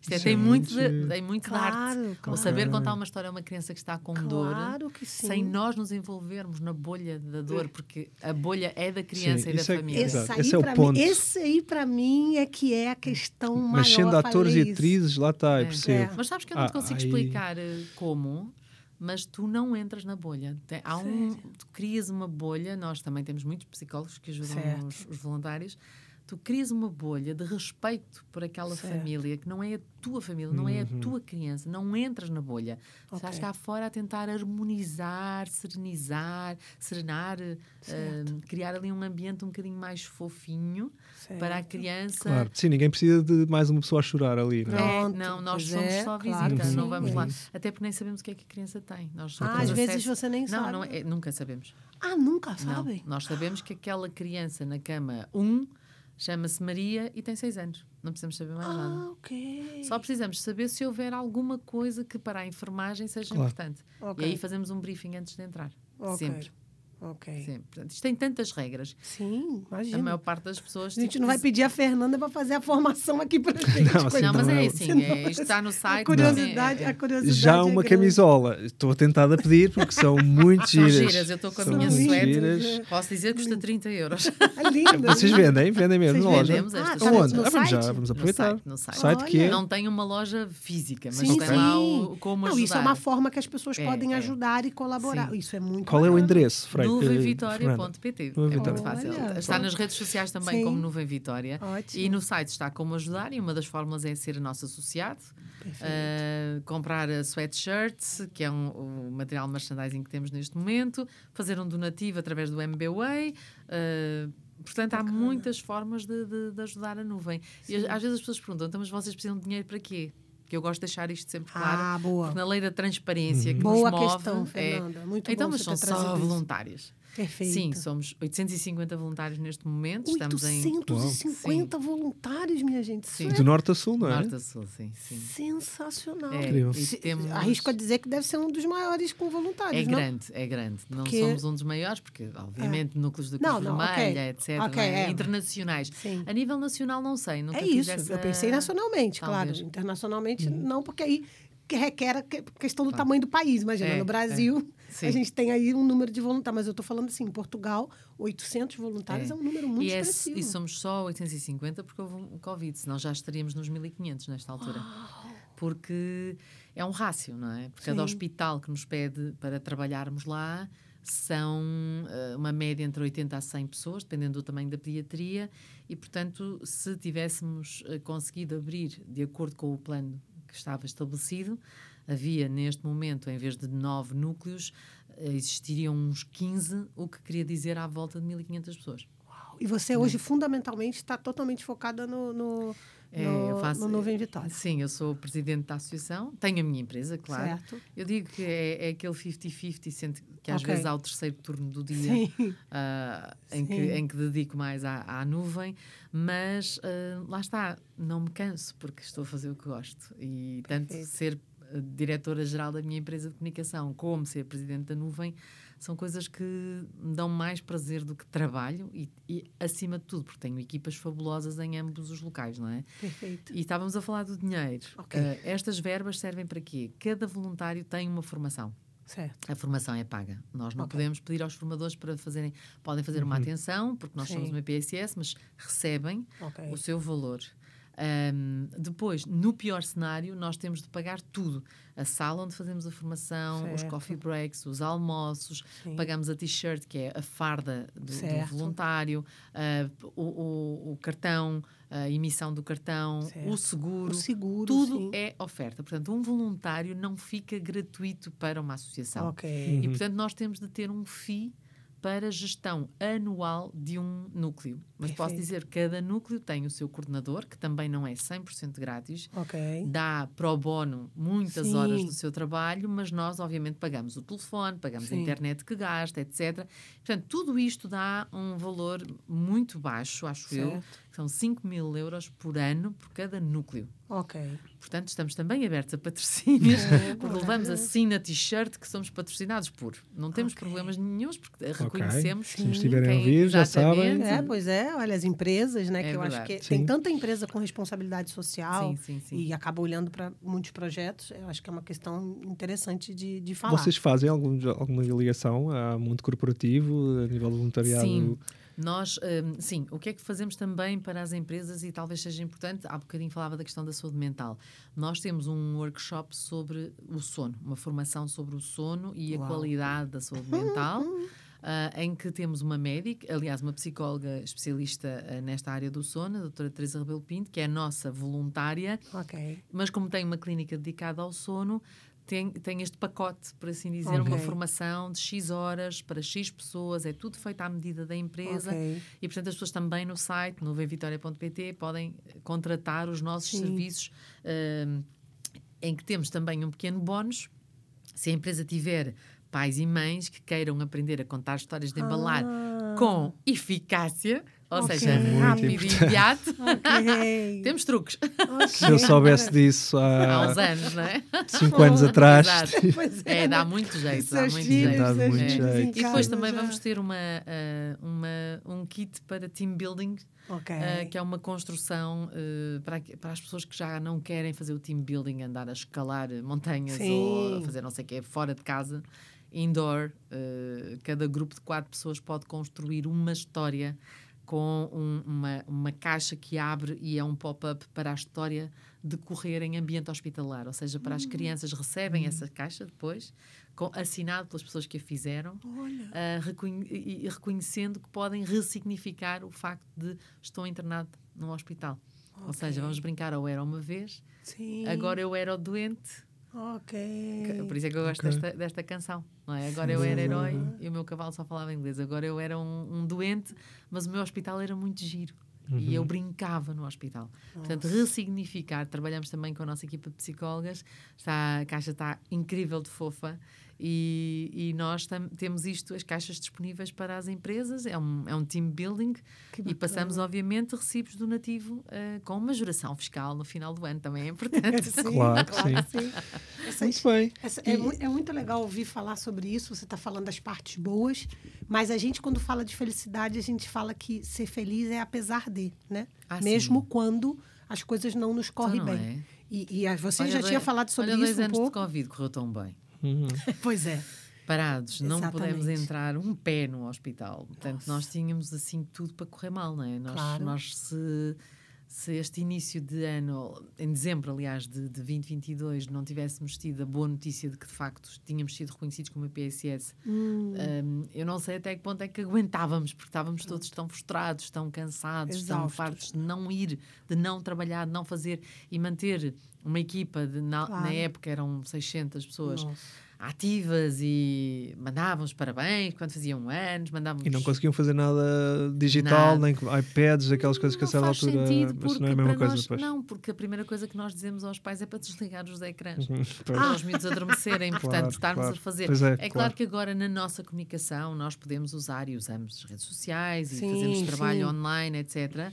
[SPEAKER 4] Isto é, tem muito, de,
[SPEAKER 2] Gente.
[SPEAKER 4] tem muito de arte.
[SPEAKER 1] claro,
[SPEAKER 4] O
[SPEAKER 1] claro.
[SPEAKER 4] saber contar uma história a uma criança que está com dor.
[SPEAKER 1] Claro que sim. Hum.
[SPEAKER 4] Sem nós nos envolvermos na bolha da dor, porque a bolha é da criança
[SPEAKER 2] Sim,
[SPEAKER 4] e da
[SPEAKER 2] isso é-
[SPEAKER 4] família.
[SPEAKER 1] Esse
[SPEAKER 2] Exato,
[SPEAKER 1] aí,
[SPEAKER 2] esse é o
[SPEAKER 1] pra
[SPEAKER 2] ponto.
[SPEAKER 1] Mim, esse aí, pra mim, é que é a questão maior.
[SPEAKER 2] Mas sendo
[SPEAKER 1] falei
[SPEAKER 2] atores e
[SPEAKER 1] isso.
[SPEAKER 2] atrizes, lá está, eu
[SPEAKER 4] É.
[SPEAKER 2] percebo.
[SPEAKER 4] Mas sabes que eu não te
[SPEAKER 2] Ah,
[SPEAKER 4] consigo
[SPEAKER 2] aí-
[SPEAKER 4] explicar eh, como, mas tu não entras na bolha. Tem- há um, tu crias uma bolha, nós também temos muitos psicólogos que ajudam
[SPEAKER 1] Certo.
[SPEAKER 4] os, os voluntários. Tu crias uma bolha de respeito por aquela
[SPEAKER 1] Certo.
[SPEAKER 4] família que não é a tua família, não é a
[SPEAKER 2] Uhum.
[SPEAKER 4] tua criança, não entras na bolha. Estás
[SPEAKER 1] Ok.
[SPEAKER 4] cá fora a tentar harmonizar, serenizar, serenar, eh,
[SPEAKER 1] Certo.
[SPEAKER 4] criar ali um ambiente um bocadinho mais fofinho
[SPEAKER 1] Certo.
[SPEAKER 4] para a criança
[SPEAKER 2] Claro, sim, ninguém precisa de mais uma pessoa a chorar ali, não é?
[SPEAKER 4] é,
[SPEAKER 1] Pronto,
[SPEAKER 4] não, nós
[SPEAKER 1] pois
[SPEAKER 4] somos
[SPEAKER 1] é,
[SPEAKER 4] só
[SPEAKER 1] claro
[SPEAKER 4] visita,
[SPEAKER 2] que
[SPEAKER 4] não
[SPEAKER 2] sim,
[SPEAKER 4] vamos
[SPEAKER 2] é
[SPEAKER 4] lá.
[SPEAKER 1] isso.
[SPEAKER 4] Até porque nem sabemos o que é que a criança tem. Nós só
[SPEAKER 1] Ah,
[SPEAKER 4] temos
[SPEAKER 1] às vezes
[SPEAKER 4] acesso-
[SPEAKER 1] você nem
[SPEAKER 4] não,
[SPEAKER 1] sabe.
[SPEAKER 4] Não, é- nunca sabemos.
[SPEAKER 1] Ah, nunca
[SPEAKER 4] Não.
[SPEAKER 1] sabem?
[SPEAKER 4] Nós sabemos que aquela criança na cama 1 chama-se Maria e tem 6 anos. Não precisamos saber mais nada.
[SPEAKER 1] Ah, ok.
[SPEAKER 4] Só precisamos saber se houver alguma coisa que para a enfermagem seja
[SPEAKER 2] Claro.
[SPEAKER 4] importante.
[SPEAKER 1] Ok.
[SPEAKER 4] E aí fazemos um briefing antes de entrar.
[SPEAKER 1] Ok.
[SPEAKER 4] Sempre,
[SPEAKER 1] Ok.
[SPEAKER 4] sempre. Portanto, isto tem tantas regras.
[SPEAKER 1] Sim,
[SPEAKER 4] A
[SPEAKER 1] imagina.
[SPEAKER 4] maior parte das pessoas.
[SPEAKER 1] A gente
[SPEAKER 4] tipo,
[SPEAKER 1] não vai pedir a Fernanda para fazer a formação aqui para gente.
[SPEAKER 2] Não, assim,
[SPEAKER 1] coitada.
[SPEAKER 4] Não, mas
[SPEAKER 2] Não,
[SPEAKER 4] é
[SPEAKER 2] é-
[SPEAKER 4] assim. é, isto está no site.
[SPEAKER 1] A curiosidade,
[SPEAKER 4] é- é-
[SPEAKER 1] a curiosidade
[SPEAKER 2] Já
[SPEAKER 1] é
[SPEAKER 2] uma
[SPEAKER 1] grande.
[SPEAKER 2] camisola, estou tentado a pedir porque são muito
[SPEAKER 4] São
[SPEAKER 2] giras.
[SPEAKER 4] giras, eu estou com a
[SPEAKER 2] São
[SPEAKER 4] minha
[SPEAKER 2] muito
[SPEAKER 4] suéter.
[SPEAKER 2] giras.
[SPEAKER 4] Posso dizer que custa 30 euros.
[SPEAKER 1] Ah, linda.
[SPEAKER 2] Vocês vendem, vendem mesmo
[SPEAKER 1] Vocês
[SPEAKER 2] na loja.
[SPEAKER 4] vendemos estas
[SPEAKER 1] Ah, tá
[SPEAKER 4] coisas.
[SPEAKER 2] Aonde?
[SPEAKER 1] no
[SPEAKER 2] Ah, vamos já,
[SPEAKER 1] site?
[SPEAKER 2] vamos
[SPEAKER 4] No
[SPEAKER 2] aproveitar.
[SPEAKER 4] site, no site.
[SPEAKER 2] Site que é.
[SPEAKER 4] Não tem uma loja física, mas
[SPEAKER 1] Sim,
[SPEAKER 4] tem
[SPEAKER 1] sim.
[SPEAKER 4] lá o, como
[SPEAKER 1] Não,
[SPEAKER 4] ajudar.
[SPEAKER 1] isso é uma forma que as pessoas
[SPEAKER 4] É,
[SPEAKER 1] podem
[SPEAKER 4] é.
[SPEAKER 1] ajudar e colaborar. Isso é muito
[SPEAKER 2] Qual é o
[SPEAKER 1] bacana.
[SPEAKER 2] endereço, Frei? eh, Fernanda?
[SPEAKER 4] Nuvemvitória.pt
[SPEAKER 2] Nuvem
[SPEAKER 4] É muito
[SPEAKER 2] Vitória.
[SPEAKER 4] fácil.
[SPEAKER 1] Olha,
[SPEAKER 4] Está
[SPEAKER 1] pronto.
[SPEAKER 4] nas redes sociais também
[SPEAKER 1] Sim.
[SPEAKER 4] como Nuvem Vitória.
[SPEAKER 1] Ótimo.
[SPEAKER 4] E no site está como ajudar e uma das formas é ser nosso associado. Ah, comprar a sweatshirt, que é um, o material de merchandising que temos neste momento. Fazer um donativo através do MBWay. ah, Portanto, há muitas formas de, de- de ajudar a nuvem. E às vezes as pessoas perguntam, então, mas vocês precisam de dinheiro para quê? Que eu gosto de deixar isto sempre claro.
[SPEAKER 1] Ah, boa. Uhum.
[SPEAKER 4] Porque na lei da transparência que
[SPEAKER 1] Boa
[SPEAKER 4] nos move...
[SPEAKER 1] questão,
[SPEAKER 4] é-
[SPEAKER 1] Fernanda. Muito
[SPEAKER 4] Então,
[SPEAKER 1] bom
[SPEAKER 4] mas
[SPEAKER 1] você
[SPEAKER 4] são
[SPEAKER 1] ter trazido
[SPEAKER 4] só
[SPEAKER 1] isso.
[SPEAKER 4] voluntários.
[SPEAKER 1] Perfeito.
[SPEAKER 4] Sim, somos 850 voluntários neste momento. Estamos em
[SPEAKER 1] 850 voluntários, minha gente. Isso
[SPEAKER 4] Sim.
[SPEAKER 1] é
[SPEAKER 2] Do norte a sul, não é?
[SPEAKER 4] Norte a Sul, sim, sim.
[SPEAKER 1] sensacional.
[SPEAKER 4] É,
[SPEAKER 2] Incrível.
[SPEAKER 4] e
[SPEAKER 1] Se-
[SPEAKER 4] temos-
[SPEAKER 1] Arrisco a dizer que deve ser um dos maiores com voluntários,
[SPEAKER 4] É
[SPEAKER 1] Ah, não?
[SPEAKER 4] grande, é grande. Não
[SPEAKER 1] Porque- Ah.
[SPEAKER 4] somos um dos maiores, porque, obviamente, núcleos da Cruz
[SPEAKER 1] Não, não,
[SPEAKER 4] Vermelha,
[SPEAKER 1] ok.
[SPEAKER 4] etc.
[SPEAKER 1] Ok,
[SPEAKER 4] não é?
[SPEAKER 1] é.
[SPEAKER 4] Internacionais.
[SPEAKER 1] Sim.
[SPEAKER 4] A nível nacional, não sei. Nunca
[SPEAKER 1] É
[SPEAKER 4] fiz
[SPEAKER 1] isso.
[SPEAKER 4] essa-
[SPEAKER 1] Eu pensei nacionalmente,
[SPEAKER 4] Talvez.
[SPEAKER 1] claro. Internacionalmente, não, porque aí que requer a que- questão do
[SPEAKER 4] Claro.
[SPEAKER 1] tamanho do país. Imagina,
[SPEAKER 4] É,
[SPEAKER 1] no Brasil,
[SPEAKER 4] Sim.
[SPEAKER 1] a gente tem aí um número de voluntários. Mas eu estou falando assim, em Portugal, 800 voluntários é, um número muito
[SPEAKER 4] E, é-
[SPEAKER 1] expressivo.
[SPEAKER 4] e somos só 850 porque houve um Covid, senão já estaríamos nos 1500 nesta altura. Porque é um rácio, não é? Porque cada
[SPEAKER 1] Sim.
[SPEAKER 4] hospital que nos pede para trabalharmos lá são eh, uma média entre 80 a 100 pessoas, dependendo do tamanho da pediatria, e portanto, se tivéssemos eh, conseguido abrir de acordo com o plano que estava estabelecido, havia neste momento, em vez de nove núcleos, eh, existiriam uns 15, o que queria dizer à volta de 1500 pessoas.
[SPEAKER 1] E você hoje,
[SPEAKER 4] né?
[SPEAKER 1] fundamentalmente, está totalmente focada no, no,
[SPEAKER 4] É,
[SPEAKER 1] no,
[SPEAKER 4] eu faço-
[SPEAKER 1] no Nuvem Vitória.
[SPEAKER 4] Sim, eu sou presidente da associação, tenho a minha empresa, claro.
[SPEAKER 1] Certo?
[SPEAKER 4] Eu digo que é, é aquele 50-50, sendo que às
[SPEAKER 1] Ok.
[SPEAKER 4] vezes há o terceiro turno do dia
[SPEAKER 1] Sim.
[SPEAKER 4] ah, em, que,
[SPEAKER 1] Sim.
[SPEAKER 4] em que dedico mais à, à nuvem, mas ah, lá está, não me canso porque estou a fazer o que gosto. E tanto
[SPEAKER 1] Perfeito.
[SPEAKER 4] ser ah, diretora-geral da minha empresa de comunicação como ser presidente da nuvem são coisas que me dão mais prazer do que trabalho e, e acima de tudo, porque tenho equipas fabulosas em ambos os locais, não é?
[SPEAKER 1] Perfeito.
[SPEAKER 4] E estávamos a falar do dinheiro.
[SPEAKER 1] Ok.
[SPEAKER 4] Ah, estas verbas servem para quê? Cada voluntário tem uma formação.
[SPEAKER 1] Certo.
[SPEAKER 4] A formação é paga. Nós não
[SPEAKER 1] Ok.
[SPEAKER 4] podemos pedir aos formadores para fazerem. Podem fazer uma atenção, porque nós somos
[SPEAKER 1] Sim.
[SPEAKER 4] uma IPSS, mas recebem
[SPEAKER 1] Ok.
[SPEAKER 4] o seu valor. Ahm, depois, no pior cenário, nós temos de pagar tudo: a sala onde fazemos a formação, os
[SPEAKER 1] Certo.
[SPEAKER 4] coffee breaks, os almoços,
[SPEAKER 1] Sim.
[SPEAKER 4] pagamos a t-shirt, que é a farda do, do
[SPEAKER 1] Certo.
[SPEAKER 4] voluntário, ah, o, o- o cartão, a emissão do cartão, o
[SPEAKER 1] Certo.
[SPEAKER 4] seguro.
[SPEAKER 1] O seguro.
[SPEAKER 4] tudo
[SPEAKER 1] sim.
[SPEAKER 4] é oferta. Portanto, um voluntário não fica gratuito para uma associação.
[SPEAKER 1] Ok.
[SPEAKER 4] E, portanto, nós temos de ter um FII para a gestão anual de um núcleo. Mas posso
[SPEAKER 1] Perfeito.
[SPEAKER 4] dizer que cada núcleo tem o seu coordenador, que também não é 100% grátis.
[SPEAKER 1] Ok.
[SPEAKER 4] Dá pro bono muitas
[SPEAKER 1] Sim.
[SPEAKER 4] horas do seu trabalho, mas nós, obviamente, pagamos o telefone, pagamos a
[SPEAKER 1] Sim.
[SPEAKER 4] internet que gasta, etc. Portanto, tudo isto dá um valor muito baixo, acho eu. São 5 mil euros por ano por cada núcleo.
[SPEAKER 1] Ok.
[SPEAKER 4] Portanto, estamos também abertos a patrocínios, porque levamos assim na t-shirt que somos patrocinados por. Não temos
[SPEAKER 1] Ok.
[SPEAKER 4] problemas nenhums, porque reconhecemos.
[SPEAKER 2] Se nos estiverem a ouvir, já
[SPEAKER 4] exatamente.
[SPEAKER 1] É, pois é, olha, as empresas, né?
[SPEAKER 4] É
[SPEAKER 1] que eu acho
[SPEAKER 4] verdade.
[SPEAKER 1] que
[SPEAKER 2] Sim.
[SPEAKER 1] tem tanta empresa com responsabilidade social
[SPEAKER 4] Sim, sim, sim.
[SPEAKER 1] e acaba olhando para muitos projetos. Eu acho que é uma questão interessante de, de falar.
[SPEAKER 2] Vocês fazem algum- alguma ligação ao mundo corporativo, a nível de voluntariado?
[SPEAKER 4] Sim, nós, hum, sim, o que é que fazemos também para as empresas e talvez seja importante, há bocadinho falava da questão da saúde mental. Nós temos um workshop sobre o sono, uma formação sobre o sono e a
[SPEAKER 1] Uau.
[SPEAKER 4] qualidade da saúde mental. ah, em que temos uma médica, aliás, uma psicóloga especialista ah, nesta área do sono, a doutora Teresa Rebelo Pinto, que é a nossa voluntária,
[SPEAKER 1] Ok.
[SPEAKER 4] mas como tem uma clínica dedicada ao sono, tem, tem este pacote, por assim dizer, uma
[SPEAKER 1] Ok.
[SPEAKER 4] formação de X horas para X pessoas, é tudo feito à medida da empresa.
[SPEAKER 1] Ok.
[SPEAKER 4] E, portanto, as pessoas também no site, no vemvitoria.pt, podem eh, contratar os nossos
[SPEAKER 1] Sim.
[SPEAKER 4] serviços, ehm, em que temos também um pequeno bónus. Se a empresa tiver pais e mães que queiram aprender a contar histórias de embalar
[SPEAKER 1] Ah.
[SPEAKER 4] com eficácia, ou
[SPEAKER 1] Ok.
[SPEAKER 4] seja,
[SPEAKER 1] Muito
[SPEAKER 4] rápido
[SPEAKER 2] importante.
[SPEAKER 4] e imediato,
[SPEAKER 1] Ok.
[SPEAKER 4] temos truques.
[SPEAKER 1] Ok.
[SPEAKER 2] Se eu soubesse disso
[SPEAKER 4] Há uns
[SPEAKER 2] há
[SPEAKER 4] anos, não é?
[SPEAKER 2] 5 anos Ah. atrás,
[SPEAKER 4] Exato.
[SPEAKER 1] Pois né?
[SPEAKER 4] É, dá muito jeito, dá
[SPEAKER 1] Seus
[SPEAKER 4] muito
[SPEAKER 1] filhos,
[SPEAKER 4] jeito. É.
[SPEAKER 2] Dá
[SPEAKER 1] seus
[SPEAKER 2] muito
[SPEAKER 1] filhos
[SPEAKER 2] jeito.
[SPEAKER 1] em
[SPEAKER 4] E depois
[SPEAKER 1] casa
[SPEAKER 4] também
[SPEAKER 1] já.
[SPEAKER 4] vamos ter uma, ah, uma- um kit para team building,
[SPEAKER 1] Ok.
[SPEAKER 4] ah, que é uma construção ah, para, que- para as pessoas que já não querem fazer o team building, andar a escalar eh, montanhas ou a
[SPEAKER 1] Sim.
[SPEAKER 4] fazer não sei o que, fora de casa, indoor. ah, cada grupo de quatro pessoas pode construir uma história com um- uma, uma caixa que abre e é um pop-up para a história decorrer em ambiente hospitalar, ou seja, para
[SPEAKER 1] Hum.
[SPEAKER 4] as crianças recebem essa caixa depois, com, assinado pelas pessoas que a fizeram,
[SPEAKER 1] Olha.
[SPEAKER 4] ah, reconhe- e, e reconhecendo que podem ressignificar o facto de estou internado num hospital. Ou
[SPEAKER 1] Ok.
[SPEAKER 4] seja, vamos brincar ao era uma vez,
[SPEAKER 1] Sim.
[SPEAKER 4] agora eu era o doente, que-
[SPEAKER 1] Ok.
[SPEAKER 4] por isso é que eu gosto
[SPEAKER 2] Ok.
[SPEAKER 4] desta, desta canção, não é? Agora eu era herói e o meu cavalo só falava inglês, agora eu era um, um doente, mas o meu hospital era muito giro. E eu brincava no hospital. Portanto, ressignificar. Trabalhamos também com a nossa equipa de psicólogas. Está, a caixa está incrível de fofa. E, e nós tam- temos isto, as caixas disponíveis para as empresas. É um, é um team building.
[SPEAKER 1] Que
[SPEAKER 4] E
[SPEAKER 1] bacana.
[SPEAKER 4] passamos, obviamente, recibos do nativo eh, com uma juração fiscal no final do ano. Também é importante.
[SPEAKER 1] Sim,
[SPEAKER 2] Claro que
[SPEAKER 1] sim. Essas-
[SPEAKER 2] muito bem.
[SPEAKER 1] Essa- é, mu- é muito legal ouvir falar sobre isso. Você está falando das partes boas, mas a gente, quando fala de felicidade, a gente fala que ser feliz é apesar de, né?
[SPEAKER 4] Ah,
[SPEAKER 1] Mesmo quando as coisas não nos correm
[SPEAKER 4] não
[SPEAKER 1] bem.
[SPEAKER 4] é?
[SPEAKER 1] E, e, ah, você
[SPEAKER 4] Olha,
[SPEAKER 1] já
[SPEAKER 4] dois-
[SPEAKER 1] tinha falado sobre
[SPEAKER 4] olha,
[SPEAKER 1] isso
[SPEAKER 4] dois
[SPEAKER 1] um
[SPEAKER 4] anos
[SPEAKER 1] pouco.
[SPEAKER 4] de Covid correu tão bem.
[SPEAKER 2] Uhum.
[SPEAKER 1] Pois é.
[SPEAKER 4] parados, não
[SPEAKER 1] Exatamente.
[SPEAKER 4] pudemos entrar um pé no hospital. Portanto, nós tínhamos assim tudo para correr mal, não é? Nós,
[SPEAKER 1] Claro.
[SPEAKER 4] nós se, se este início de ano, em dezembro, aliás, de, de 2022, não tivéssemos tido a boa notícia de que de facto tínhamos sido reconhecidos como a PSS, hum, eu não sei até que ponto é que aguentávamos, porque estávamos todos tão frustrados, tão cansados, tão
[SPEAKER 1] Exaustos.
[SPEAKER 4] fartos de não ir, de não trabalhar, de não fazer e manter uma equipa de, na, na
[SPEAKER 1] Claro.
[SPEAKER 4] época eram 600 pessoas
[SPEAKER 1] Nossa.
[SPEAKER 4] ativas e mandavam os parabéns quando faziam anos, mandavam
[SPEAKER 2] E não conseguiam fazer nada digital,
[SPEAKER 4] Nada.
[SPEAKER 2] nem com iPads, aquelas coisas que a
[SPEAKER 4] não
[SPEAKER 2] certa
[SPEAKER 4] faz
[SPEAKER 2] altura.
[SPEAKER 4] sentido,
[SPEAKER 2] mas
[SPEAKER 4] porque
[SPEAKER 2] não é a mesma
[SPEAKER 4] para
[SPEAKER 2] coisa
[SPEAKER 4] nós,
[SPEAKER 2] depois.
[SPEAKER 4] não, porque a primeira coisa que nós dizemos aos pais é para desligar os
[SPEAKER 2] Uhum.
[SPEAKER 4] ecrãs.
[SPEAKER 2] Pois.
[SPEAKER 1] Ah,
[SPEAKER 4] Para os miúdos adormecerem, portanto, estarmos
[SPEAKER 2] Ah. claro.
[SPEAKER 4] a fazer.
[SPEAKER 2] Pois é,
[SPEAKER 4] claro.
[SPEAKER 2] claro.
[SPEAKER 4] que agora na nossa comunicação nós podemos usar e usamos as redes sociais e
[SPEAKER 1] Sim,
[SPEAKER 4] fazemos trabalho
[SPEAKER 1] sim.
[SPEAKER 4] online, etc.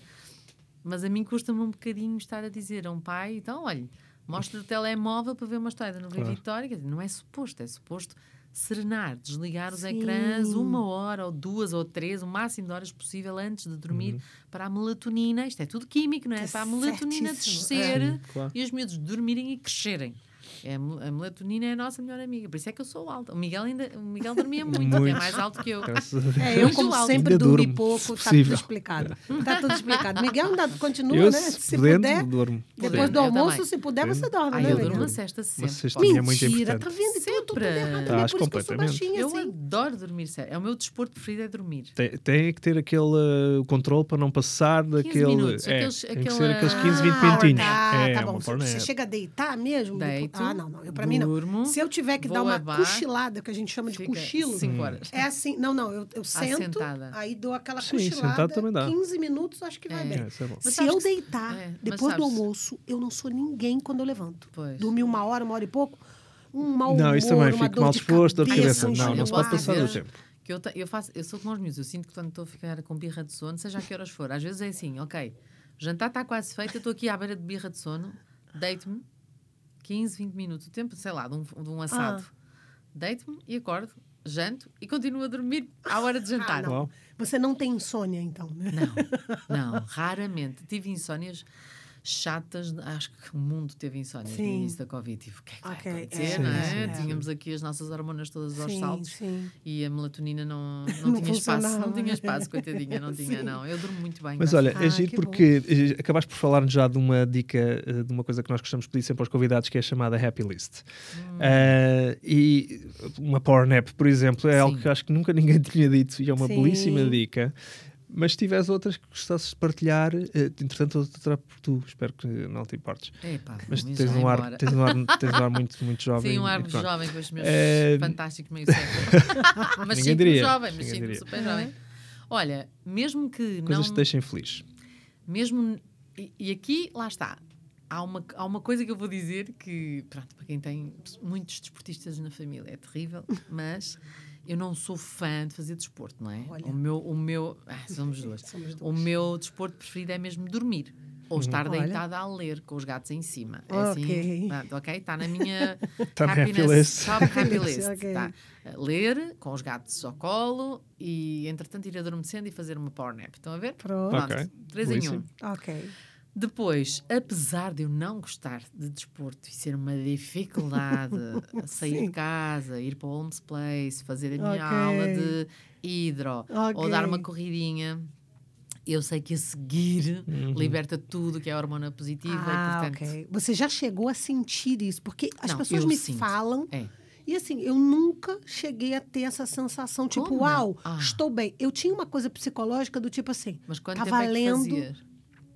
[SPEAKER 4] Mas a mim custa-me um bocadinho estar a dizer a um pai, então, olha, mostra o telemóvel para ver uma história da novela
[SPEAKER 2] Claro.
[SPEAKER 4] Vitória. Quer dizer, não é suposto, é suposto serenar, desligar os
[SPEAKER 1] Sim.
[SPEAKER 4] ecrãs uma hora ou duas ou três, o máximo de horas possível antes de dormir, para a melatonina. Isto é tudo químico, não é?
[SPEAKER 1] Tá
[SPEAKER 4] para a melatonina
[SPEAKER 1] certíssimo. É.
[SPEAKER 4] descer
[SPEAKER 2] Sim, claro.
[SPEAKER 4] e os miúdos dormirem e crescerem. É, a mel- a melatonina é a nossa melhor amiga, por isso é que eu sou alta. O Miguel ainda o Miguel dormia muito,
[SPEAKER 2] Muito.
[SPEAKER 4] é mais alto que eu.
[SPEAKER 2] Graças a Deus.
[SPEAKER 1] É, eu,
[SPEAKER 4] Mas
[SPEAKER 1] como
[SPEAKER 4] o áudio
[SPEAKER 1] sempre,
[SPEAKER 2] ainda
[SPEAKER 1] dormi
[SPEAKER 2] durmo, se
[SPEAKER 1] pouco, está tudo
[SPEAKER 2] possível.
[SPEAKER 1] explicado. Está tudo explicado. Miguel ainda continua,
[SPEAKER 2] Eu,
[SPEAKER 1] né?
[SPEAKER 2] se puder, dormo.
[SPEAKER 1] depois
[SPEAKER 4] Podendo,
[SPEAKER 1] do
[SPEAKER 4] eu
[SPEAKER 1] almoço,
[SPEAKER 4] também.
[SPEAKER 1] se puder, você dorme,
[SPEAKER 4] Ai,
[SPEAKER 1] né,
[SPEAKER 4] eu
[SPEAKER 1] Miguel?
[SPEAKER 4] durmo a cesta sempre.
[SPEAKER 2] Uma cesta
[SPEAKER 4] Pá,
[SPEAKER 2] Sim, é
[SPEAKER 1] Mentira,
[SPEAKER 2] muito importante.
[SPEAKER 1] tá vendo? Então eu tô tudo
[SPEAKER 4] Sempre.
[SPEAKER 1] errado, né?
[SPEAKER 2] Estás
[SPEAKER 1] Por isso que eu sou
[SPEAKER 2] completamente.
[SPEAKER 1] baixinha,
[SPEAKER 4] Eu
[SPEAKER 1] assim.
[SPEAKER 4] adoro dormir, sério. É o meu desporto preferido é dormir.
[SPEAKER 2] Tem, tem que ter aquele uh, controle para não passar daquele.
[SPEAKER 4] minutos,
[SPEAKER 2] é,
[SPEAKER 4] aqueles-
[SPEAKER 2] tem que ser
[SPEAKER 4] aquela-
[SPEAKER 2] aqueles 15, 20
[SPEAKER 1] Ah,
[SPEAKER 2] pintinhos.
[SPEAKER 1] Tá,
[SPEAKER 2] é,
[SPEAKER 1] tá
[SPEAKER 2] uma
[SPEAKER 1] bom. Você
[SPEAKER 2] porneta.
[SPEAKER 1] você chega a deitar mesmo?
[SPEAKER 4] Deito,
[SPEAKER 1] Ah, não, não. Eu, pra mim, não.
[SPEAKER 4] durmo,
[SPEAKER 1] Se eu tiver que
[SPEAKER 4] vou
[SPEAKER 1] dar uma
[SPEAKER 4] a bar,
[SPEAKER 1] cochilada, que a gente chama de
[SPEAKER 4] fica
[SPEAKER 1] cochilo,
[SPEAKER 4] cinco
[SPEAKER 2] Hum.
[SPEAKER 4] horas.
[SPEAKER 1] é assim. Não, não, eu, eu sento,
[SPEAKER 4] sentada.
[SPEAKER 1] aí dou aquela
[SPEAKER 2] Sim,
[SPEAKER 1] cochilada.
[SPEAKER 2] sentado também dá.
[SPEAKER 1] 15 minutos, acho que vai
[SPEAKER 4] É.
[SPEAKER 1] bem.
[SPEAKER 2] É, isso é bom.
[SPEAKER 4] Mas
[SPEAKER 1] Se
[SPEAKER 4] sabes
[SPEAKER 1] eu
[SPEAKER 4] que-
[SPEAKER 1] deitar,
[SPEAKER 4] é, mas
[SPEAKER 1] depois do
[SPEAKER 4] sabes-
[SPEAKER 1] almoço, eu não sou ninguém quando eu levanto.
[SPEAKER 4] Pois.
[SPEAKER 1] Dormi uma hora, uma hora e pouco, um mau humor,
[SPEAKER 2] Não, isso também,
[SPEAKER 1] uma
[SPEAKER 2] fico
[SPEAKER 1] dor
[SPEAKER 2] mal
[SPEAKER 1] de
[SPEAKER 2] disposto, dor de
[SPEAKER 1] cabeça,
[SPEAKER 2] cabeça.
[SPEAKER 1] um
[SPEAKER 2] Não, não se pode
[SPEAKER 1] chicote.
[SPEAKER 2] passar do
[SPEAKER 4] Às vezes-
[SPEAKER 2] tempo.
[SPEAKER 4] Que eu, te- eu, faço, eu sou como os miúdos, eu sinto que quando estou a ficar com birra de sono, seja a que horas for, às vezes é assim, ok, jantar está quase feito, eu estou aqui à beira de birra de sono, deito-me, 15, 20 minutos, o tempo, sei lá, de um, de um assado.
[SPEAKER 1] Ah.
[SPEAKER 4] Deito-me e acordo, janto e continuo a dormir à hora de
[SPEAKER 1] Ah,
[SPEAKER 4] jantar.
[SPEAKER 1] não.
[SPEAKER 2] Uau.
[SPEAKER 1] Você não tem insônia, então, né?
[SPEAKER 4] não, não, raramente. Tive insónias chatas, acho que o mundo teve insónias no
[SPEAKER 1] Sim.
[SPEAKER 4] início da Covid. Tipo, o que é que
[SPEAKER 1] Ok,
[SPEAKER 4] vai acontecer,
[SPEAKER 1] é,
[SPEAKER 4] não
[SPEAKER 1] sim,
[SPEAKER 4] é?
[SPEAKER 1] é.
[SPEAKER 4] Tínhamos aqui as nossas hormonas todas aos
[SPEAKER 1] sim,
[SPEAKER 4] saltos.
[SPEAKER 1] sim.
[SPEAKER 4] E a melatonina não, não,
[SPEAKER 1] Não
[SPEAKER 4] tinha espaço,
[SPEAKER 1] funcionava.
[SPEAKER 4] não tinha espaço, coitadinha, não tinha,
[SPEAKER 1] Sim.
[SPEAKER 4] não. Eu durmo muito bem.
[SPEAKER 2] Mas
[SPEAKER 4] graças
[SPEAKER 2] olha,
[SPEAKER 4] a
[SPEAKER 1] Ah,
[SPEAKER 2] é giro
[SPEAKER 1] que bom.
[SPEAKER 2] porque eh, acabaste por falar-nos já de uma dica, eh, de uma coisa que nós gostamos de pedir sempre aos convidados, que é a chamada Happy List.
[SPEAKER 4] Hum.
[SPEAKER 2] Eh, e uma Power App, por exemplo, é
[SPEAKER 4] Sim.
[SPEAKER 2] algo que eu acho que nunca ninguém tinha dito e é uma
[SPEAKER 1] Sim.
[SPEAKER 2] belíssima dica. Mas se tiveres outras que gostasses de partilhar, eh, entretanto, eu trago por tu, espero que não te importes.
[SPEAKER 4] Deus. Epá,
[SPEAKER 2] Mas
[SPEAKER 4] vamos
[SPEAKER 2] tens
[SPEAKER 4] já
[SPEAKER 2] um, ar,
[SPEAKER 4] embora.
[SPEAKER 2] tens, um ar, tens um ar muito, muito jovem.
[SPEAKER 4] Sim, um
[SPEAKER 2] e
[SPEAKER 4] ar de
[SPEAKER 2] pronto.
[SPEAKER 4] jovem com os meus
[SPEAKER 2] Eh,
[SPEAKER 4] fantásticos meio séculos. mas
[SPEAKER 2] Ninguém
[SPEAKER 4] sinto-me
[SPEAKER 2] diria,
[SPEAKER 4] jovem, mas
[SPEAKER 2] ninguém
[SPEAKER 4] sinto-me
[SPEAKER 2] diria.
[SPEAKER 4] super jovem. Olha, mesmo que
[SPEAKER 2] Coisas que
[SPEAKER 4] não.
[SPEAKER 2] te deixem feliz.
[SPEAKER 4] mesmo e, e aqui lá está há uma há uma coisa que eu vou dizer que pronto para quem tem muitos desportistas na família é terrível mas eu não sou fã de fazer desporto não é
[SPEAKER 1] Olha.
[SPEAKER 4] o meu o meu ah, somos duas
[SPEAKER 1] Somos
[SPEAKER 4] o
[SPEAKER 1] duas.
[SPEAKER 4] meu desporto preferido é mesmo dormir ou
[SPEAKER 2] Uhum.
[SPEAKER 4] estar
[SPEAKER 1] Olha.
[SPEAKER 4] deitada a ler com os gatos em cima. É
[SPEAKER 1] Ok.
[SPEAKER 4] assim, pronto, ok? Está na minha
[SPEAKER 2] Tá na happy
[SPEAKER 4] happiness-
[SPEAKER 2] list.
[SPEAKER 4] top happy
[SPEAKER 1] list,
[SPEAKER 4] list.
[SPEAKER 1] ok.
[SPEAKER 4] tá. Ler com os gatos ao colo e, entretanto, ir adormecendo e fazer uma power nap. Estão a ver?
[SPEAKER 1] Pronto.
[SPEAKER 4] Pronto,
[SPEAKER 2] Ok.
[SPEAKER 4] três em um.
[SPEAKER 2] Belíssimo.
[SPEAKER 1] Ok.
[SPEAKER 4] Depois, apesar de eu não gostar de desporto e ser uma dificuldade sair de
[SPEAKER 1] Sim.
[SPEAKER 4] casa, ir para o Holmes Place, fazer a minha
[SPEAKER 1] Ok.
[SPEAKER 4] aula de hidro ou
[SPEAKER 1] Ok.
[SPEAKER 4] dar uma corridinha, eu sei que a seguir liberta tudo que é hormona positiva
[SPEAKER 1] Uhum. Ah,
[SPEAKER 4] e, portanto,
[SPEAKER 1] ok. Você já chegou a sentir isso? Porque as
[SPEAKER 4] Não,
[SPEAKER 1] pessoas
[SPEAKER 4] eu
[SPEAKER 1] me
[SPEAKER 4] sinto.
[SPEAKER 1] falam
[SPEAKER 4] é.
[SPEAKER 1] E assim, eu nunca cheguei a ter essa sensação, tipo,
[SPEAKER 4] Como?
[SPEAKER 1] uau,
[SPEAKER 4] Ah.
[SPEAKER 1] estou bem. Eu tinha uma coisa psicológica do tipo assim,
[SPEAKER 4] Mas quanto
[SPEAKER 1] Tá
[SPEAKER 4] tempo
[SPEAKER 1] valendo.
[SPEAKER 4] é que fazias?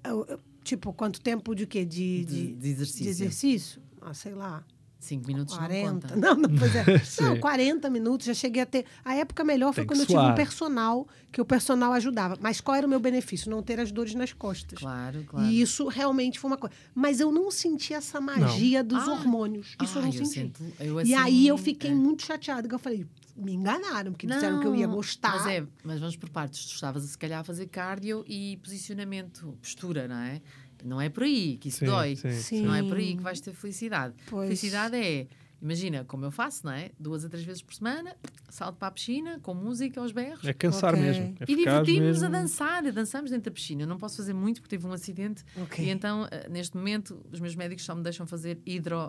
[SPEAKER 1] eu- eu- tipo, quanto tempo de quê? De, de,
[SPEAKER 4] De- de exercício.
[SPEAKER 1] de exercício? Ah, sei lá,
[SPEAKER 4] Cinco minutos
[SPEAKER 1] 40.
[SPEAKER 4] não conta.
[SPEAKER 1] Não, não, pois é. não,
[SPEAKER 2] Sim.
[SPEAKER 1] 40 minutos, já cheguei a ter. A época melhor foi
[SPEAKER 2] Tem que
[SPEAKER 1] quando eu tive um
[SPEAKER 2] suar.
[SPEAKER 1] personal, que o personal ajudava. Mas qual era o meu benefício? Não ter as dores nas costas.
[SPEAKER 4] Claro, claro.
[SPEAKER 1] E isso realmente foi uma coisa. Mas eu não senti essa magia dos
[SPEAKER 4] Ah.
[SPEAKER 1] hormônios. Isso eu
[SPEAKER 4] Ah,
[SPEAKER 1] não
[SPEAKER 4] eu
[SPEAKER 1] senti.
[SPEAKER 4] sinto- eu
[SPEAKER 1] e
[SPEAKER 4] assim,
[SPEAKER 1] aí eu fiquei
[SPEAKER 4] é.
[SPEAKER 1] muito chateada, que eu falei, me enganaram, porque disseram que eu ia
[SPEAKER 4] Não,
[SPEAKER 1] gostar.
[SPEAKER 4] Mas, é, mas vamos por partes. Tu estavas se calhar a fazer cardio e posicionamento, postura, não é? Não é por aí que isso
[SPEAKER 2] Sim,
[SPEAKER 4] dói.
[SPEAKER 2] sim,
[SPEAKER 1] Sim.
[SPEAKER 4] Não é por aí que vais ter felicidade.
[SPEAKER 1] Pois.
[SPEAKER 4] Felicidade é, imagina, como eu faço, não é? Duas a três vezes por semana, salto para a piscina, com música aos berros.
[SPEAKER 2] É cansar
[SPEAKER 1] Ok.
[SPEAKER 2] mesmo. É
[SPEAKER 4] E
[SPEAKER 2] ficar
[SPEAKER 4] divertimos-nos
[SPEAKER 2] mesmo...
[SPEAKER 4] a dançar, dançamos dentro da piscina. Eu não posso fazer muito porque tive um acidente.
[SPEAKER 1] Ok.
[SPEAKER 4] E então, eh, neste momento, os meus médicos só me deixam fazer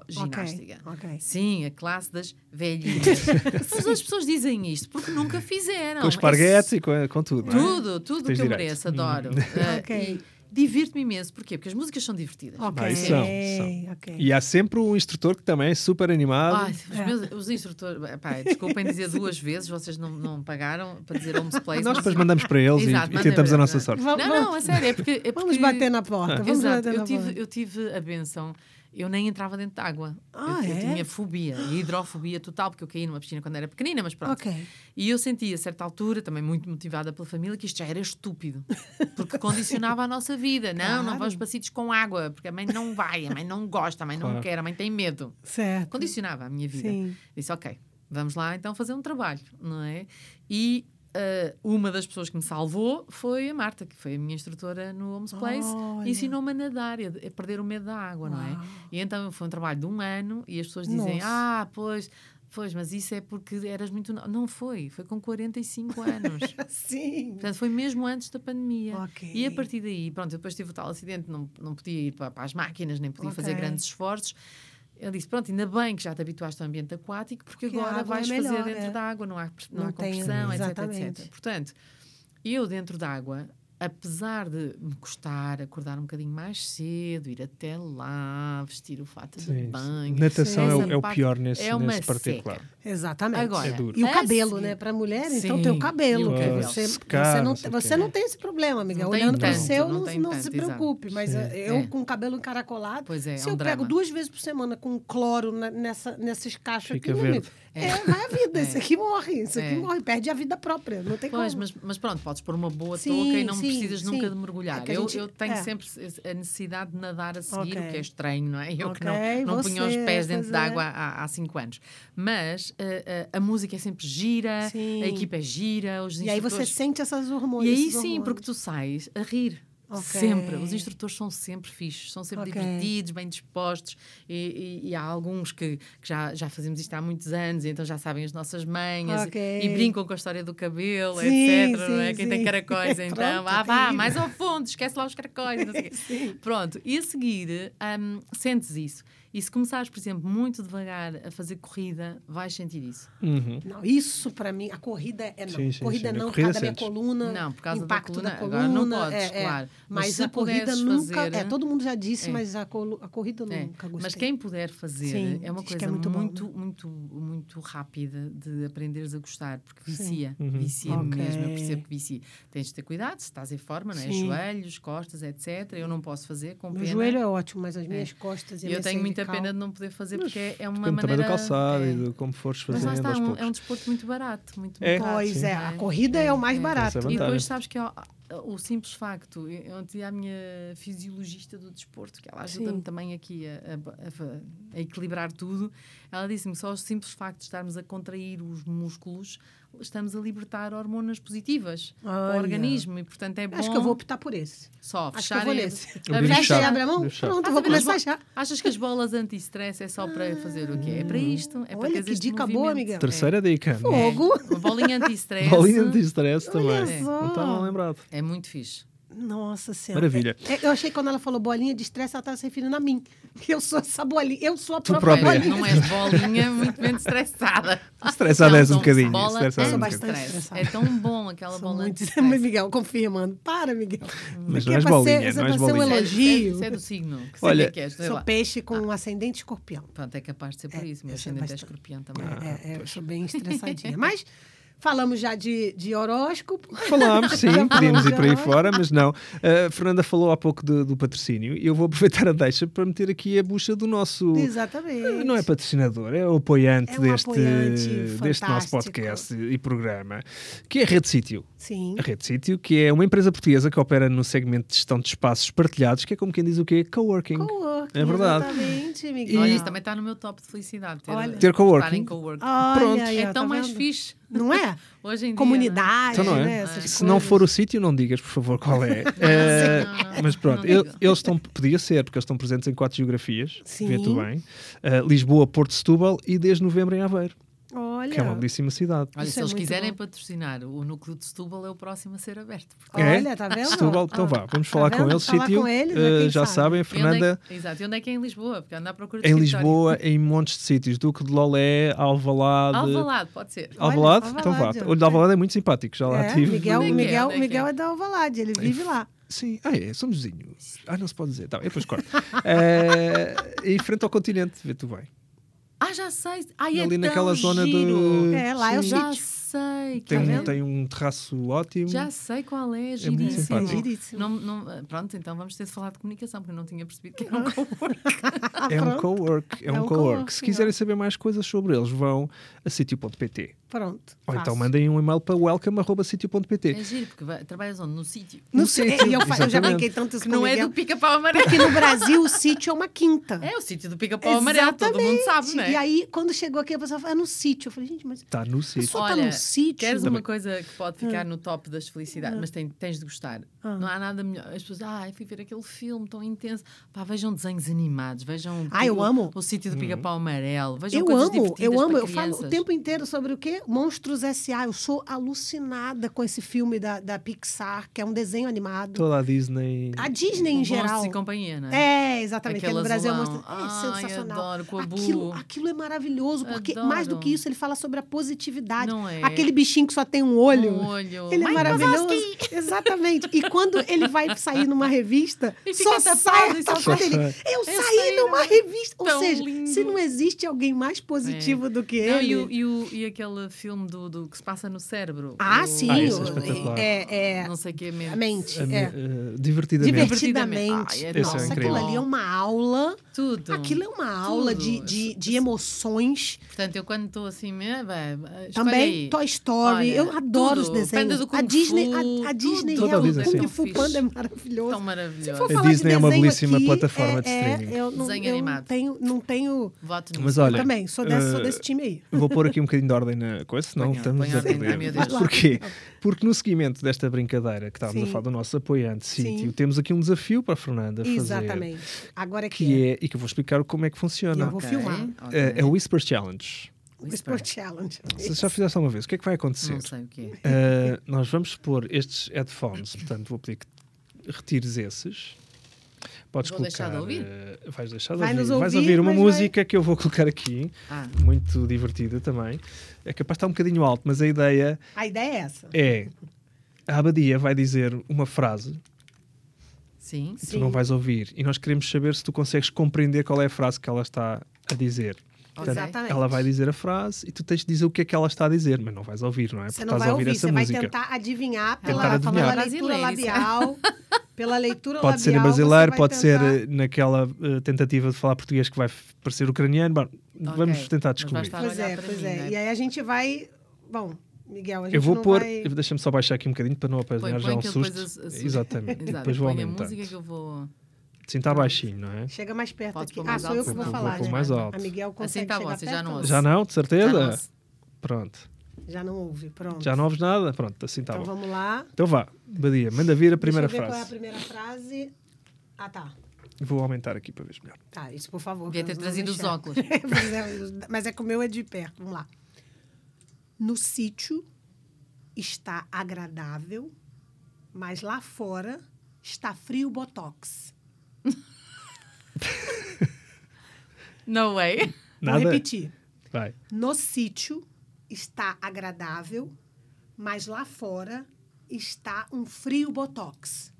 [SPEAKER 4] hidroginástica.
[SPEAKER 1] Ok, ok.
[SPEAKER 4] Sim, a classe das velhinhas. Mas as pessoas dizem isto porque nunca fizeram.
[SPEAKER 2] Com esparguetes e com, com tudo. não é?
[SPEAKER 4] Tudo, tudo que eu
[SPEAKER 2] Tens direito. Uhum.
[SPEAKER 4] mereço, adoro. Eh,
[SPEAKER 1] Ok.
[SPEAKER 4] E divirto-me imenso. Porquê? Porque as músicas são divertidas.
[SPEAKER 1] Ok.
[SPEAKER 2] Ah, isso são, são.
[SPEAKER 1] ok.
[SPEAKER 2] E há sempre um instrutor que também é super animado.
[SPEAKER 4] Ai, os,
[SPEAKER 1] É.
[SPEAKER 4] meus- os instrutores, pá, desculpem dizer duas vezes, vocês não, não pagaram para dizer Homes Place.
[SPEAKER 2] Nós
[SPEAKER 4] mas-
[SPEAKER 2] depois mandamos para eles e-
[SPEAKER 4] Exato,
[SPEAKER 2] e,
[SPEAKER 4] mandem-
[SPEAKER 2] tentamos a nossa sorte.
[SPEAKER 4] Não, não, a sério, é porque. é
[SPEAKER 1] Vamos
[SPEAKER 4] porque-
[SPEAKER 1] bater na porta, vamos
[SPEAKER 4] Exato,
[SPEAKER 1] bater
[SPEAKER 4] eu
[SPEAKER 1] na
[SPEAKER 4] tive,
[SPEAKER 1] porta.
[SPEAKER 4] eu tive a benção. Eu nem entrava dentro de água.
[SPEAKER 1] Ah,
[SPEAKER 4] eu, eu
[SPEAKER 1] é?
[SPEAKER 4] tinha fobia, hidrofobia total, porque eu caí numa piscina quando era pequenina, mas pronto.
[SPEAKER 1] Ok.
[SPEAKER 4] E eu sentia, a certa altura, também muito motivada pela família, que isto já era estúpido. Porque condicionava a nossa vida. Não, não
[SPEAKER 1] Claro.
[SPEAKER 4] vamos para sítios com água, porque a mãe não vai, a mãe não gosta, a mãe não
[SPEAKER 2] Claro.
[SPEAKER 4] quer, a mãe tem medo.
[SPEAKER 1] Certo.
[SPEAKER 4] Condicionava a minha vida.
[SPEAKER 1] Sim.
[SPEAKER 4] Disse, ok, vamos lá então fazer um trabalho, não é? E ah, uma das pessoas que me salvou foi a Marta, que foi a minha instrutora no Homes Place
[SPEAKER 1] Olha.
[SPEAKER 4] e ensinou-me a nadar, e a, a perder o medo da água, não é?
[SPEAKER 1] Uau.
[SPEAKER 4] E então foi um trabalho de um ano e as pessoas dizem,
[SPEAKER 1] Nossa.
[SPEAKER 4] ah, pois, pois, mas isso é porque eras muito... no-". Não foi, foi com 45 anos.
[SPEAKER 1] Sim.
[SPEAKER 4] Portanto, foi mesmo antes da pandemia.
[SPEAKER 1] Ok.
[SPEAKER 4] Então, E a partir daí, pronto, eu depois tive o tal acidente, não, não podia ir para, para as máquinas, nem podia fazer
[SPEAKER 1] Ok.
[SPEAKER 4] grandes esforços. Eu disse, pronto, ainda bem que já te habituaste ao ambiente aquático, porque
[SPEAKER 1] Porque a
[SPEAKER 4] agora
[SPEAKER 1] água é
[SPEAKER 4] vais
[SPEAKER 1] melhor,
[SPEAKER 4] fazer dentro
[SPEAKER 1] é.
[SPEAKER 4] da água, não há, pres- não
[SPEAKER 1] Não
[SPEAKER 4] há
[SPEAKER 1] tem-
[SPEAKER 4] compressão, etc,
[SPEAKER 1] Exatamente.
[SPEAKER 4] etc. Portanto, eu dentro da água apesar de me custar acordar um bocadinho mais cedo, ir até lá, vestir o fato de
[SPEAKER 2] Sim,
[SPEAKER 4] banho.
[SPEAKER 2] natação é o-
[SPEAKER 4] essa
[SPEAKER 2] é o
[SPEAKER 4] parte
[SPEAKER 2] pior nesse-
[SPEAKER 4] é uma
[SPEAKER 2] nesse particular.
[SPEAKER 4] seca.
[SPEAKER 1] Exatamente.
[SPEAKER 4] Agora,
[SPEAKER 2] É duro.
[SPEAKER 1] E o
[SPEAKER 4] a
[SPEAKER 1] cabelo,
[SPEAKER 4] seguir-
[SPEAKER 1] né? Para mulher, então
[SPEAKER 4] Sim,
[SPEAKER 1] tem o cabelo.
[SPEAKER 4] e o
[SPEAKER 1] que
[SPEAKER 4] cabelo.
[SPEAKER 1] Você,
[SPEAKER 2] Secar,
[SPEAKER 1] você, não,
[SPEAKER 2] não sei o
[SPEAKER 1] você
[SPEAKER 2] quê.
[SPEAKER 1] não tem esse problema, amiga.
[SPEAKER 4] Não tem
[SPEAKER 1] Olhando para o
[SPEAKER 4] tanto,
[SPEAKER 1] seu,
[SPEAKER 4] não
[SPEAKER 1] não,
[SPEAKER 4] tem
[SPEAKER 1] não
[SPEAKER 4] tanto,
[SPEAKER 1] se
[SPEAKER 4] exato.
[SPEAKER 1] preocupe. Mas
[SPEAKER 2] Sim.
[SPEAKER 1] eh, eu,
[SPEAKER 4] É.
[SPEAKER 1] com o cabelo encaracolado,
[SPEAKER 4] Pois é,
[SPEAKER 1] se
[SPEAKER 4] é um
[SPEAKER 1] eu pego
[SPEAKER 4] drama.
[SPEAKER 1] duas vezes por semana com cloro na- nessa, nesses cachos
[SPEAKER 2] Fica
[SPEAKER 1] aqui, meu
[SPEAKER 2] verde.
[SPEAKER 1] amigo, é, vai a vida.
[SPEAKER 4] É.
[SPEAKER 1] Isso aqui morre. Isso aqui
[SPEAKER 4] É.
[SPEAKER 1] morre. Perde a vida própria. Não tem
[SPEAKER 4] Pois,
[SPEAKER 1] É como.
[SPEAKER 4] mas, mas pronto, podes pôr uma boa
[SPEAKER 1] Sim,
[SPEAKER 4] touca e não
[SPEAKER 1] sim,
[SPEAKER 4] precisas
[SPEAKER 1] sim.
[SPEAKER 4] nunca de
[SPEAKER 1] É
[SPEAKER 4] mergulhar.
[SPEAKER 1] que a
[SPEAKER 4] eu,
[SPEAKER 1] gente-
[SPEAKER 4] eu tenho
[SPEAKER 1] é.
[SPEAKER 4] sempre se- a necessidade de nadar a seguir, o
[SPEAKER 1] Ok.
[SPEAKER 4] que é estranho, não é? Eu que não,
[SPEAKER 1] Ok,
[SPEAKER 4] não
[SPEAKER 1] você,
[SPEAKER 4] punha os pés dentro
[SPEAKER 1] pois
[SPEAKER 4] da
[SPEAKER 1] é.
[SPEAKER 4] água há, há cinco anos. Mas eh, eh, a música é sempre gira,
[SPEAKER 1] Sim.
[SPEAKER 4] a equipa é gira, os
[SPEAKER 1] E aí você
[SPEAKER 4] instrutores
[SPEAKER 1] sente essas hormônios.
[SPEAKER 4] E aí
[SPEAKER 1] esses
[SPEAKER 4] sim,
[SPEAKER 1] hormônios.
[SPEAKER 4] porque tu sais a rir.
[SPEAKER 1] Ok.
[SPEAKER 4] Sempre. Os instrutores são sempre fixos, são sempre
[SPEAKER 1] Ok.
[SPEAKER 4] divertidos, bem dispostos. E, e- e há alguns que, que já, já fazemos isto há muitos anos, e então já sabem as nossas manhas e-
[SPEAKER 1] Ok.
[SPEAKER 4] e, brincam com a história do cabelo,
[SPEAKER 1] É. Sim,
[SPEAKER 4] etc. não é?
[SPEAKER 1] sim,
[SPEAKER 4] Quem tem
[SPEAKER 1] sim.
[SPEAKER 4] caracóis, então,
[SPEAKER 1] Pronto, é
[SPEAKER 4] ah,
[SPEAKER 1] tem
[SPEAKER 4] vá,
[SPEAKER 1] ido.
[SPEAKER 4] mais ao fundo, esquece lá os caracóis. não sei o quê. Pronto, e a seguir hum, sentes isso. E se começares, por exemplo, muito devagar a fazer corrida, vais sentir isso.
[SPEAKER 2] Uhum.
[SPEAKER 1] Não, isso para mim, a corrida é não.
[SPEAKER 2] Sim, sim,
[SPEAKER 1] corrida
[SPEAKER 2] sim. A
[SPEAKER 1] não,
[SPEAKER 2] corrida
[SPEAKER 1] por causa da minha
[SPEAKER 2] sentes.
[SPEAKER 1] coluna.
[SPEAKER 4] Não, por causa da
[SPEAKER 1] impacto da
[SPEAKER 4] coluna, agora
[SPEAKER 1] coluna. é,
[SPEAKER 4] não podes, claro. Mas
[SPEAKER 1] Mas,
[SPEAKER 4] se
[SPEAKER 1] a corrida
[SPEAKER 4] pudesses
[SPEAKER 1] nunca.
[SPEAKER 4] fazer,
[SPEAKER 1] é, todo mundo já disse,
[SPEAKER 4] é.
[SPEAKER 1] mas a, colu- a corrida eu
[SPEAKER 4] É,
[SPEAKER 1] Hum, nunca gostei.
[SPEAKER 4] Mas quem puder fazer
[SPEAKER 1] Sim,
[SPEAKER 4] é uma
[SPEAKER 1] diz que
[SPEAKER 4] coisa
[SPEAKER 1] é
[SPEAKER 4] muito,
[SPEAKER 1] muito bom,
[SPEAKER 4] muito, muito, rápida de aprenderes a gostar, porque vicia,
[SPEAKER 2] Uhum.
[SPEAKER 4] vicia
[SPEAKER 1] Ok.
[SPEAKER 4] mesmo. Eu percebo que vicia. Tens de ter cuidado, se estás em forma, não é?
[SPEAKER 1] Sim.
[SPEAKER 4] Joelhos, costas, etc. Eu não posso fazer, né? com
[SPEAKER 1] Meu
[SPEAKER 4] pena.
[SPEAKER 1] joelho é ótimo, mas as minhas costas e a
[SPEAKER 4] eu
[SPEAKER 1] minha
[SPEAKER 4] tenho muita
[SPEAKER 1] cervical-
[SPEAKER 4] pena de não poder fazer, porque é- é uma
[SPEAKER 2] Depende também
[SPEAKER 4] maneira.
[SPEAKER 2] do calçado
[SPEAKER 4] é.
[SPEAKER 2] e do como fores
[SPEAKER 4] Mas
[SPEAKER 2] fazendo
[SPEAKER 4] lá está, é
[SPEAKER 2] aos
[SPEAKER 4] um,
[SPEAKER 2] poucos.
[SPEAKER 4] é um desporto muito barato, muito
[SPEAKER 2] É.
[SPEAKER 4] barato,
[SPEAKER 1] Pois é,
[SPEAKER 4] não
[SPEAKER 1] a corrida é o mais barato.
[SPEAKER 2] Essa é a
[SPEAKER 4] e
[SPEAKER 2] vantagem.
[SPEAKER 4] depois sabes que ó, o simples facto, eu eu tinha a minha fisiologista do desporto, que ela ajuda-me
[SPEAKER 1] Sim.
[SPEAKER 4] também aqui a, a- a fa- a equilibrar tudo, ela disse-me só o simples facto de estarmos a contrair os músculos, estamos a libertar hormonas positivas para o
[SPEAKER 1] Olha.
[SPEAKER 4] organismo e, portanto, é bom
[SPEAKER 1] Acho que eu vou optar por esse. Acho
[SPEAKER 4] só
[SPEAKER 1] que eu
[SPEAKER 4] fechar
[SPEAKER 1] vou
[SPEAKER 4] e-
[SPEAKER 1] nesse.
[SPEAKER 2] Eu devo
[SPEAKER 1] Fecha e
[SPEAKER 2] fechar.
[SPEAKER 1] abre a mão?
[SPEAKER 2] Devo fechar.
[SPEAKER 1] Pronto,
[SPEAKER 4] Ah,
[SPEAKER 1] vou
[SPEAKER 4] mas
[SPEAKER 1] começar
[SPEAKER 4] bo-
[SPEAKER 1] já.
[SPEAKER 4] Achas que as bolas anti-stress é só para fazer o quê? É para isto? É para
[SPEAKER 1] Olha,
[SPEAKER 4] teres
[SPEAKER 1] que
[SPEAKER 4] este
[SPEAKER 1] dica
[SPEAKER 4] movimento.
[SPEAKER 1] boa, Miguel.
[SPEAKER 2] Terceira dica. né?
[SPEAKER 1] Fogo.
[SPEAKER 4] É,
[SPEAKER 1] Logo.
[SPEAKER 4] uma bolinha anti-stress.
[SPEAKER 2] Bolinha de stress também.
[SPEAKER 1] Olha só.
[SPEAKER 2] Não estava lembrado.
[SPEAKER 4] É muito fixe.
[SPEAKER 1] Nossa Senhora.
[SPEAKER 2] Maravilha.
[SPEAKER 1] É- é- eu achei que quando ela falou bolinha de estresse, ela estava se referindo a mim. Eu sou essa bolinha. Eu sou a
[SPEAKER 2] Tu
[SPEAKER 1] própria
[SPEAKER 2] própria.
[SPEAKER 1] bolinha.
[SPEAKER 4] Não é. és bolinha, muito bem estressada.
[SPEAKER 2] Estressada
[SPEAKER 4] Não,
[SPEAKER 2] és um
[SPEAKER 4] não,
[SPEAKER 2] bocadinho,
[SPEAKER 4] bola
[SPEAKER 2] estressada
[SPEAKER 4] é
[SPEAKER 2] és um
[SPEAKER 4] um
[SPEAKER 1] bocadinho.
[SPEAKER 4] stress.
[SPEAKER 1] Bastante
[SPEAKER 4] É tão bom aquela
[SPEAKER 1] Sou
[SPEAKER 4] bola
[SPEAKER 1] muito-
[SPEAKER 4] anti-stress.
[SPEAKER 1] Miguel, confirmando. Para, Miguel.
[SPEAKER 2] Mas
[SPEAKER 1] Isso
[SPEAKER 2] não
[SPEAKER 1] é pra
[SPEAKER 2] és
[SPEAKER 1] ser-
[SPEAKER 2] bolinha,
[SPEAKER 1] isso é
[SPEAKER 2] não és
[SPEAKER 1] pra ser um
[SPEAKER 2] bolinha.
[SPEAKER 1] elogio.
[SPEAKER 4] Isso é do signo. Que
[SPEAKER 2] Olha,
[SPEAKER 4] Olha, que és, sei
[SPEAKER 1] Sou
[SPEAKER 4] lá. Tá.
[SPEAKER 1] peixo com ascendente escorpião.
[SPEAKER 4] Pronto, é capaz de ser por
[SPEAKER 1] É,
[SPEAKER 4] isso. Meu
[SPEAKER 1] isso é
[SPEAKER 4] ascendente é
[SPEAKER 1] bastante.
[SPEAKER 4] escorpião também.
[SPEAKER 2] Ah.
[SPEAKER 1] É, é, eu sou bem estressadinha. Mas falamos já de, de horóscopo.
[SPEAKER 2] Falámos, sim,
[SPEAKER 1] Já
[SPEAKER 2] podíamos ir por aí
[SPEAKER 1] falamos.
[SPEAKER 2] fora, mas não. A Fernanda falou há pouco do, do patrocínio e eu vou aproveitar a deixa para meter aqui a bucha do nosso.
[SPEAKER 1] Exatamente.
[SPEAKER 2] Uh, Não é patrocinador, é o apoiante,
[SPEAKER 1] É um
[SPEAKER 2] deste,
[SPEAKER 1] apoiante
[SPEAKER 2] deste nosso
[SPEAKER 1] fantástico.
[SPEAKER 2] podcast e programa, que é a Rede Sítio.
[SPEAKER 1] Sim.
[SPEAKER 2] A Rede Sítio, que é uma empresa portuguesa que opera no segmento de gestão de espaços partilhados, que é como quem diz o quê? Coworking.
[SPEAKER 1] Coworking,
[SPEAKER 2] É verdade.
[SPEAKER 1] Exatamente, Miguel.
[SPEAKER 4] Olha, isso também está no meu top de felicidade. Ter,
[SPEAKER 1] Olha.
[SPEAKER 2] Ter coworking.
[SPEAKER 4] estar em coworking.
[SPEAKER 1] Olha
[SPEAKER 2] Pronto.
[SPEAKER 1] aí, ó,
[SPEAKER 4] é tão
[SPEAKER 1] tá
[SPEAKER 4] mais
[SPEAKER 1] vendo?
[SPEAKER 4] fixe.
[SPEAKER 1] Não é?
[SPEAKER 4] Hoje em dia, né? Ah,
[SPEAKER 1] Comunidade,
[SPEAKER 2] Então não
[SPEAKER 1] né?
[SPEAKER 2] é?
[SPEAKER 1] Essas
[SPEAKER 2] Se não
[SPEAKER 1] coisas.
[SPEAKER 2] for o sítio, não digas, por favor, qual é. Eh, mas pronto,
[SPEAKER 4] Não digo.
[SPEAKER 2] eu- eles estão, podia ser, porque eles estão presentes em quatro geografias,
[SPEAKER 1] Sim.
[SPEAKER 2] vê tu bem. Eh, Lisboa, Porto, Setúbal e desde novembro em Aveiro,
[SPEAKER 1] Olha.
[SPEAKER 2] que é uma belíssima cidade.
[SPEAKER 4] Olha,
[SPEAKER 1] Isso
[SPEAKER 4] se
[SPEAKER 1] é
[SPEAKER 4] eles
[SPEAKER 1] muito
[SPEAKER 4] quiserem
[SPEAKER 1] bom.
[SPEAKER 4] patrocinar, o núcleo de Setúbal é o próximo a ser aberto. Porque
[SPEAKER 1] Olha, tá vendo?
[SPEAKER 2] Setúbal, então
[SPEAKER 1] Ah,
[SPEAKER 2] vá, vamos
[SPEAKER 1] tá
[SPEAKER 2] falar com
[SPEAKER 1] vendo?
[SPEAKER 2] eles.
[SPEAKER 1] Falar
[SPEAKER 2] Sítio,
[SPEAKER 1] com eles,
[SPEAKER 2] eh,
[SPEAKER 1] é quem
[SPEAKER 2] já
[SPEAKER 1] sabe.
[SPEAKER 2] sabem, a
[SPEAKER 4] e onde é
[SPEAKER 2] Fernanda
[SPEAKER 4] que- exato, e onde é que é em Lisboa? Porque anda à procura de
[SPEAKER 2] em
[SPEAKER 4] escritório.
[SPEAKER 2] Lisboa, em montes de sítios, Duque de Lolé, Alvalade.
[SPEAKER 4] Alvalade, pode ser.
[SPEAKER 2] Alvalade?
[SPEAKER 1] Olha,
[SPEAKER 2] Então vá.
[SPEAKER 1] Alvalade,
[SPEAKER 2] O de Alvalade é muito simpático, já lá
[SPEAKER 1] É,
[SPEAKER 2] tive.
[SPEAKER 1] Miguel,
[SPEAKER 4] Onde é que é?
[SPEAKER 1] Miguel,
[SPEAKER 4] Onde é que
[SPEAKER 1] Miguel
[SPEAKER 4] é?
[SPEAKER 1] é da Alvalade, ele vive lá.
[SPEAKER 2] Sim, ah, é, somos vizinhos. Ah, não se pode dizer. Tá, bem, eu depois corto. Eh, em frente ao continente, vê tu bem.
[SPEAKER 4] Ah, já sei. Ai, é
[SPEAKER 2] Ali
[SPEAKER 4] tão
[SPEAKER 2] naquela zona Ah,
[SPEAKER 4] giro.
[SPEAKER 2] do.
[SPEAKER 1] então, É, lá é o
[SPEAKER 4] Já
[SPEAKER 1] sítio.
[SPEAKER 4] sei.
[SPEAKER 2] Tem,
[SPEAKER 4] tá
[SPEAKER 2] um-
[SPEAKER 4] vendo?
[SPEAKER 2] tem um terraço ótimo.
[SPEAKER 4] Já sei qual é,
[SPEAKER 2] muito
[SPEAKER 4] giríssimo.
[SPEAKER 2] simpático.
[SPEAKER 1] Giríssimo.
[SPEAKER 4] Não- não- pronto, então vamos ter de falar de comunicação, porque eu não tinha percebido que era um coworking. Ah,
[SPEAKER 2] é um
[SPEAKER 1] pronto.
[SPEAKER 2] co-work. É,
[SPEAKER 1] É
[SPEAKER 2] um
[SPEAKER 1] um
[SPEAKER 2] co-work.
[SPEAKER 1] co-work,
[SPEAKER 2] Se
[SPEAKER 1] sim,
[SPEAKER 2] quiserem
[SPEAKER 1] ó.
[SPEAKER 2] saber mais coisas sobre eles, vão a sítio.pt.
[SPEAKER 1] Pronto.
[SPEAKER 2] Ou então
[SPEAKER 1] fácil.
[SPEAKER 2] mandem um e-mail para welcome.sítio.pt.
[SPEAKER 4] É giro, porque vai- trabalhas onde? No sítio.
[SPEAKER 1] No
[SPEAKER 2] No
[SPEAKER 1] sítio,
[SPEAKER 2] sítio,
[SPEAKER 1] e eu, fa- eu já
[SPEAKER 2] exatamente.
[SPEAKER 1] brinquei tanto isso
[SPEAKER 4] Que
[SPEAKER 1] com o
[SPEAKER 4] não é
[SPEAKER 1] Miguel,
[SPEAKER 4] do pica-pau amarelo.
[SPEAKER 1] Porque no Brasil o sítio é uma quinta.
[SPEAKER 4] É o sítio do pica-pau amarelo, todo mundo sabe, não é?
[SPEAKER 1] E aí, quando chegou aqui, a pessoa falou, é no sítio. Eu falei, gente, mas
[SPEAKER 2] Está no
[SPEAKER 1] a
[SPEAKER 2] sítio.
[SPEAKER 1] pessoa tá
[SPEAKER 4] Olha,
[SPEAKER 1] num sítio.
[SPEAKER 4] Queres
[SPEAKER 2] Também. Ah.
[SPEAKER 4] uma coisa que pode ficar no top das felicidades, mas tem- tens de gostar.
[SPEAKER 1] Ah.
[SPEAKER 4] Não há nada melhor. As pessoas, ah, fui ver aquele filme tão intenso. Pá, vejam desenhos animados, vejam
[SPEAKER 1] Ah, eu
[SPEAKER 4] o,
[SPEAKER 1] amo.
[SPEAKER 4] o sítio
[SPEAKER 2] Uhum.
[SPEAKER 4] do pica-pau amarelo, vejam
[SPEAKER 1] Eu
[SPEAKER 4] coisas
[SPEAKER 1] amo, eu
[SPEAKER 4] divertidas
[SPEAKER 1] amo.
[SPEAKER 4] para
[SPEAKER 1] Eu falo o
[SPEAKER 4] crianças.
[SPEAKER 1] tempo inteiro sobre o quê? Monstros S.A. Eu sou alucinada com esse filme da, da Pixar, que é um desenho animado.
[SPEAKER 2] Toda a Disney.
[SPEAKER 1] A Disney em
[SPEAKER 4] Monstros
[SPEAKER 1] geral.
[SPEAKER 4] e companhia, não é?
[SPEAKER 1] É, exatamente. que
[SPEAKER 4] Aquele
[SPEAKER 1] no Brasil é
[SPEAKER 4] azulão.
[SPEAKER 1] monstro. É
[SPEAKER 4] Ai,
[SPEAKER 1] sensacional.
[SPEAKER 4] adoro, com a Bu.
[SPEAKER 1] aquilo, aquilo é maravilhoso, porque
[SPEAKER 4] Adoro.
[SPEAKER 1] mais do que isso, ele fala sobre a positividade.
[SPEAKER 4] Não é?
[SPEAKER 1] aquele bichinho que só tem um olho.
[SPEAKER 4] Um olho.
[SPEAKER 1] Ele é
[SPEAKER 4] Mike
[SPEAKER 1] maravilhoso.
[SPEAKER 4] Wazowski.
[SPEAKER 1] Exatamente. E quando ele vai sair numa revista,
[SPEAKER 4] E
[SPEAKER 1] só
[SPEAKER 4] fica
[SPEAKER 1] sai
[SPEAKER 4] tapado,
[SPEAKER 1] a
[SPEAKER 4] e só
[SPEAKER 1] tapa
[SPEAKER 2] sai.
[SPEAKER 1] dele. Eu,
[SPEAKER 4] Eu
[SPEAKER 1] saí
[SPEAKER 4] saí
[SPEAKER 1] numa
[SPEAKER 4] numa-
[SPEAKER 1] revista. Ou
[SPEAKER 4] Tão
[SPEAKER 1] seja,
[SPEAKER 4] lindo.
[SPEAKER 1] se não existe alguém mais positivo do que
[SPEAKER 4] Não,
[SPEAKER 1] ele.
[SPEAKER 4] e, o, e, o- e aquele filme do, do que se passa no cérebro.
[SPEAKER 1] Ah,
[SPEAKER 4] O-
[SPEAKER 1] sim.
[SPEAKER 2] Ah, isso é
[SPEAKER 1] o-
[SPEAKER 2] espetacular.
[SPEAKER 1] é, é,
[SPEAKER 4] Não sei o que mesmo.
[SPEAKER 1] a mente.
[SPEAKER 2] A me-
[SPEAKER 1] é.
[SPEAKER 2] eh, divertidamente.
[SPEAKER 1] Divertidamente.
[SPEAKER 4] Ai, é
[SPEAKER 2] Esse é
[SPEAKER 1] Nossa,
[SPEAKER 2] incrível.
[SPEAKER 1] aquilo ali é uma aula.
[SPEAKER 4] Tudo.
[SPEAKER 1] Aquilo é uma aula de, de, de emoções.
[SPEAKER 4] Portanto, eu quando estou assim, né, vai, escolhe
[SPEAKER 1] Também
[SPEAKER 4] aí.
[SPEAKER 1] Toy Story.
[SPEAKER 4] Olha,
[SPEAKER 1] eu adoro os
[SPEAKER 4] tudo. Panda
[SPEAKER 1] desenhos.
[SPEAKER 4] do
[SPEAKER 1] a
[SPEAKER 4] Kung
[SPEAKER 1] Disney,
[SPEAKER 4] Fu,
[SPEAKER 1] a, a Disney
[SPEAKER 4] tudo,
[SPEAKER 1] é o
[SPEAKER 2] tudo,
[SPEAKER 1] Kung
[SPEAKER 2] tudo
[SPEAKER 1] Fu
[SPEAKER 4] fixe.
[SPEAKER 1] Panda é
[SPEAKER 4] Tão
[SPEAKER 1] maravilhoso.
[SPEAKER 4] maravilhoso.
[SPEAKER 1] Se for
[SPEAKER 2] A
[SPEAKER 1] falar
[SPEAKER 2] Disney é
[SPEAKER 1] de
[SPEAKER 2] uma
[SPEAKER 1] desenho
[SPEAKER 2] belíssima
[SPEAKER 1] aqui,
[SPEAKER 2] plataforma de
[SPEAKER 1] é- é,
[SPEAKER 2] streaming.
[SPEAKER 1] eu não,
[SPEAKER 4] Desenho
[SPEAKER 1] eu não
[SPEAKER 4] animado.
[SPEAKER 1] tenho, não tenho
[SPEAKER 4] Voto no
[SPEAKER 2] Mas olha,
[SPEAKER 1] também, sou desse, sou
[SPEAKER 2] eh,
[SPEAKER 1] desse time aí.
[SPEAKER 2] Vou pôr aqui um bocadinho de ordem na coisa, senão
[SPEAKER 4] Põe
[SPEAKER 2] estamos
[SPEAKER 4] ordem,
[SPEAKER 2] a
[SPEAKER 4] põe
[SPEAKER 2] perder.
[SPEAKER 4] ordem, meu Deus.
[SPEAKER 2] Mas Porquê? Porque no seguimento desta brincadeira que estávamos a
[SPEAKER 1] Sim.
[SPEAKER 2] falar do nosso apoiante
[SPEAKER 1] Sim.
[SPEAKER 2] sítio, temos aqui um desafio para a Fernanda fazer.
[SPEAKER 1] Exatamente. Agora é que
[SPEAKER 2] Que é, e que eu vou explicar como é que
[SPEAKER 1] E eu
[SPEAKER 2] funciona.
[SPEAKER 1] vou filmar.
[SPEAKER 2] Eh, É o Whisper Challenge.
[SPEAKER 1] o Sport Challenge.
[SPEAKER 2] Se já fizeste alguma vez, o que é que vai acontecer?
[SPEAKER 4] Não sei o que é.
[SPEAKER 2] Uh, nós vamos pôr estes headphones, portanto vou pedir que retires esses. Podes
[SPEAKER 4] Vou
[SPEAKER 2] colocar.
[SPEAKER 4] deixar de ouvir?
[SPEAKER 2] uh, vais deixar de
[SPEAKER 1] Vai
[SPEAKER 2] ouvir.
[SPEAKER 1] nos
[SPEAKER 2] vais
[SPEAKER 1] ouvir,
[SPEAKER 2] ouvir uma
[SPEAKER 1] mas vai-
[SPEAKER 2] música que eu vou colocar aqui,
[SPEAKER 4] Ah.
[SPEAKER 2] muito divertida também. É capaz de estar um bocadinho alto, mas a ideia
[SPEAKER 1] A ideia é essa.
[SPEAKER 2] é. A abadia vai dizer uma frase
[SPEAKER 4] Sim.
[SPEAKER 2] que tu não vais ouvir e nós queremos saber se tu consegues compreender qual é a frase que ela está a dizer. Portanto,
[SPEAKER 1] Exatamente.
[SPEAKER 2] ela vai dizer a frase e tu tens de dizer o que é que ela está a dizer, mas não vais ouvir, não é?
[SPEAKER 1] Você
[SPEAKER 2] Porque
[SPEAKER 1] não
[SPEAKER 2] estás
[SPEAKER 1] vai
[SPEAKER 2] a ouvir,
[SPEAKER 1] ouvir,
[SPEAKER 2] essa
[SPEAKER 1] você vai
[SPEAKER 2] música.
[SPEAKER 1] tentar adivinhar pela,
[SPEAKER 2] Tentar
[SPEAKER 1] pela
[SPEAKER 2] adivinhar.
[SPEAKER 1] leitura
[SPEAKER 4] Brasileira, isso.
[SPEAKER 1] labial. Pela leitura
[SPEAKER 2] Pode ser em
[SPEAKER 1] labial, você
[SPEAKER 2] brasileiro,
[SPEAKER 1] vai
[SPEAKER 2] pode ser
[SPEAKER 1] tentar-
[SPEAKER 2] eh, naquela eh, tentativa de falar português que vai f- parecer ucraniano. Bom, Vamos
[SPEAKER 4] Ok,
[SPEAKER 2] tentar
[SPEAKER 4] mas vai
[SPEAKER 2] descobrir.
[SPEAKER 4] estar-
[SPEAKER 1] Pois
[SPEAKER 4] olhar
[SPEAKER 1] é,
[SPEAKER 4] pra
[SPEAKER 1] pois
[SPEAKER 4] mim,
[SPEAKER 1] é.
[SPEAKER 4] né?
[SPEAKER 1] E aí a gente vai. Bom, Miguel, a gente
[SPEAKER 2] Eu vou
[SPEAKER 1] não
[SPEAKER 2] pôr.
[SPEAKER 1] vai.
[SPEAKER 2] eu- Deixa-me só baixar aqui um bocadinho para não
[SPEAKER 4] Põe,
[SPEAKER 2] apanhar já
[SPEAKER 4] põe
[SPEAKER 2] um
[SPEAKER 4] que eu depois
[SPEAKER 2] susto.
[SPEAKER 4] as- as-
[SPEAKER 2] Exatamente.
[SPEAKER 4] Exato,
[SPEAKER 2] depois vou
[SPEAKER 4] põe a
[SPEAKER 2] aumentar.
[SPEAKER 4] música que eu vou.
[SPEAKER 2] Sim,
[SPEAKER 1] Tá
[SPEAKER 2] está baixinho, não é?
[SPEAKER 1] Chega mais perto
[SPEAKER 4] Pode
[SPEAKER 1] aqui.
[SPEAKER 4] pôr
[SPEAKER 1] Ah,
[SPEAKER 4] mais
[SPEAKER 1] sou eu
[SPEAKER 4] alto?
[SPEAKER 1] que vou
[SPEAKER 2] Vou
[SPEAKER 1] falar.
[SPEAKER 2] pôr
[SPEAKER 1] né?
[SPEAKER 2] mais alto.
[SPEAKER 1] A Miguel consegue
[SPEAKER 4] tá
[SPEAKER 1] chegar
[SPEAKER 4] bom, você já
[SPEAKER 1] perto?
[SPEAKER 4] não ouve.
[SPEAKER 2] Já não, de
[SPEAKER 4] Já
[SPEAKER 2] certeza?
[SPEAKER 1] Tá
[SPEAKER 4] não se-
[SPEAKER 2] Pronto.
[SPEAKER 1] Já não ouve, pronto.
[SPEAKER 2] Já não ouves nada? Pronto, assim está
[SPEAKER 1] então
[SPEAKER 2] bom.
[SPEAKER 1] vamos lá.
[SPEAKER 2] Então vá, Badia, manda vir a primeira
[SPEAKER 1] Deixa eu ver qual é a
[SPEAKER 2] frase.
[SPEAKER 1] primeira frase. Ah, tá.
[SPEAKER 2] Vou aumentar aqui para ver melhor.
[SPEAKER 1] Tá, isso por favor.
[SPEAKER 4] Devia
[SPEAKER 1] pra
[SPEAKER 4] ter
[SPEAKER 1] não
[SPEAKER 4] trazido os
[SPEAKER 1] deixar.
[SPEAKER 4] óculos.
[SPEAKER 1] Pois é, Mas é que o meu é de perto. Vamos lá. No sítio está agradável, mas lá fora está frio botox.
[SPEAKER 4] No way.
[SPEAKER 2] Nada?
[SPEAKER 1] Vou repetir.
[SPEAKER 2] Vai.
[SPEAKER 1] No sítio está agradável, mas lá fora está um frio botox.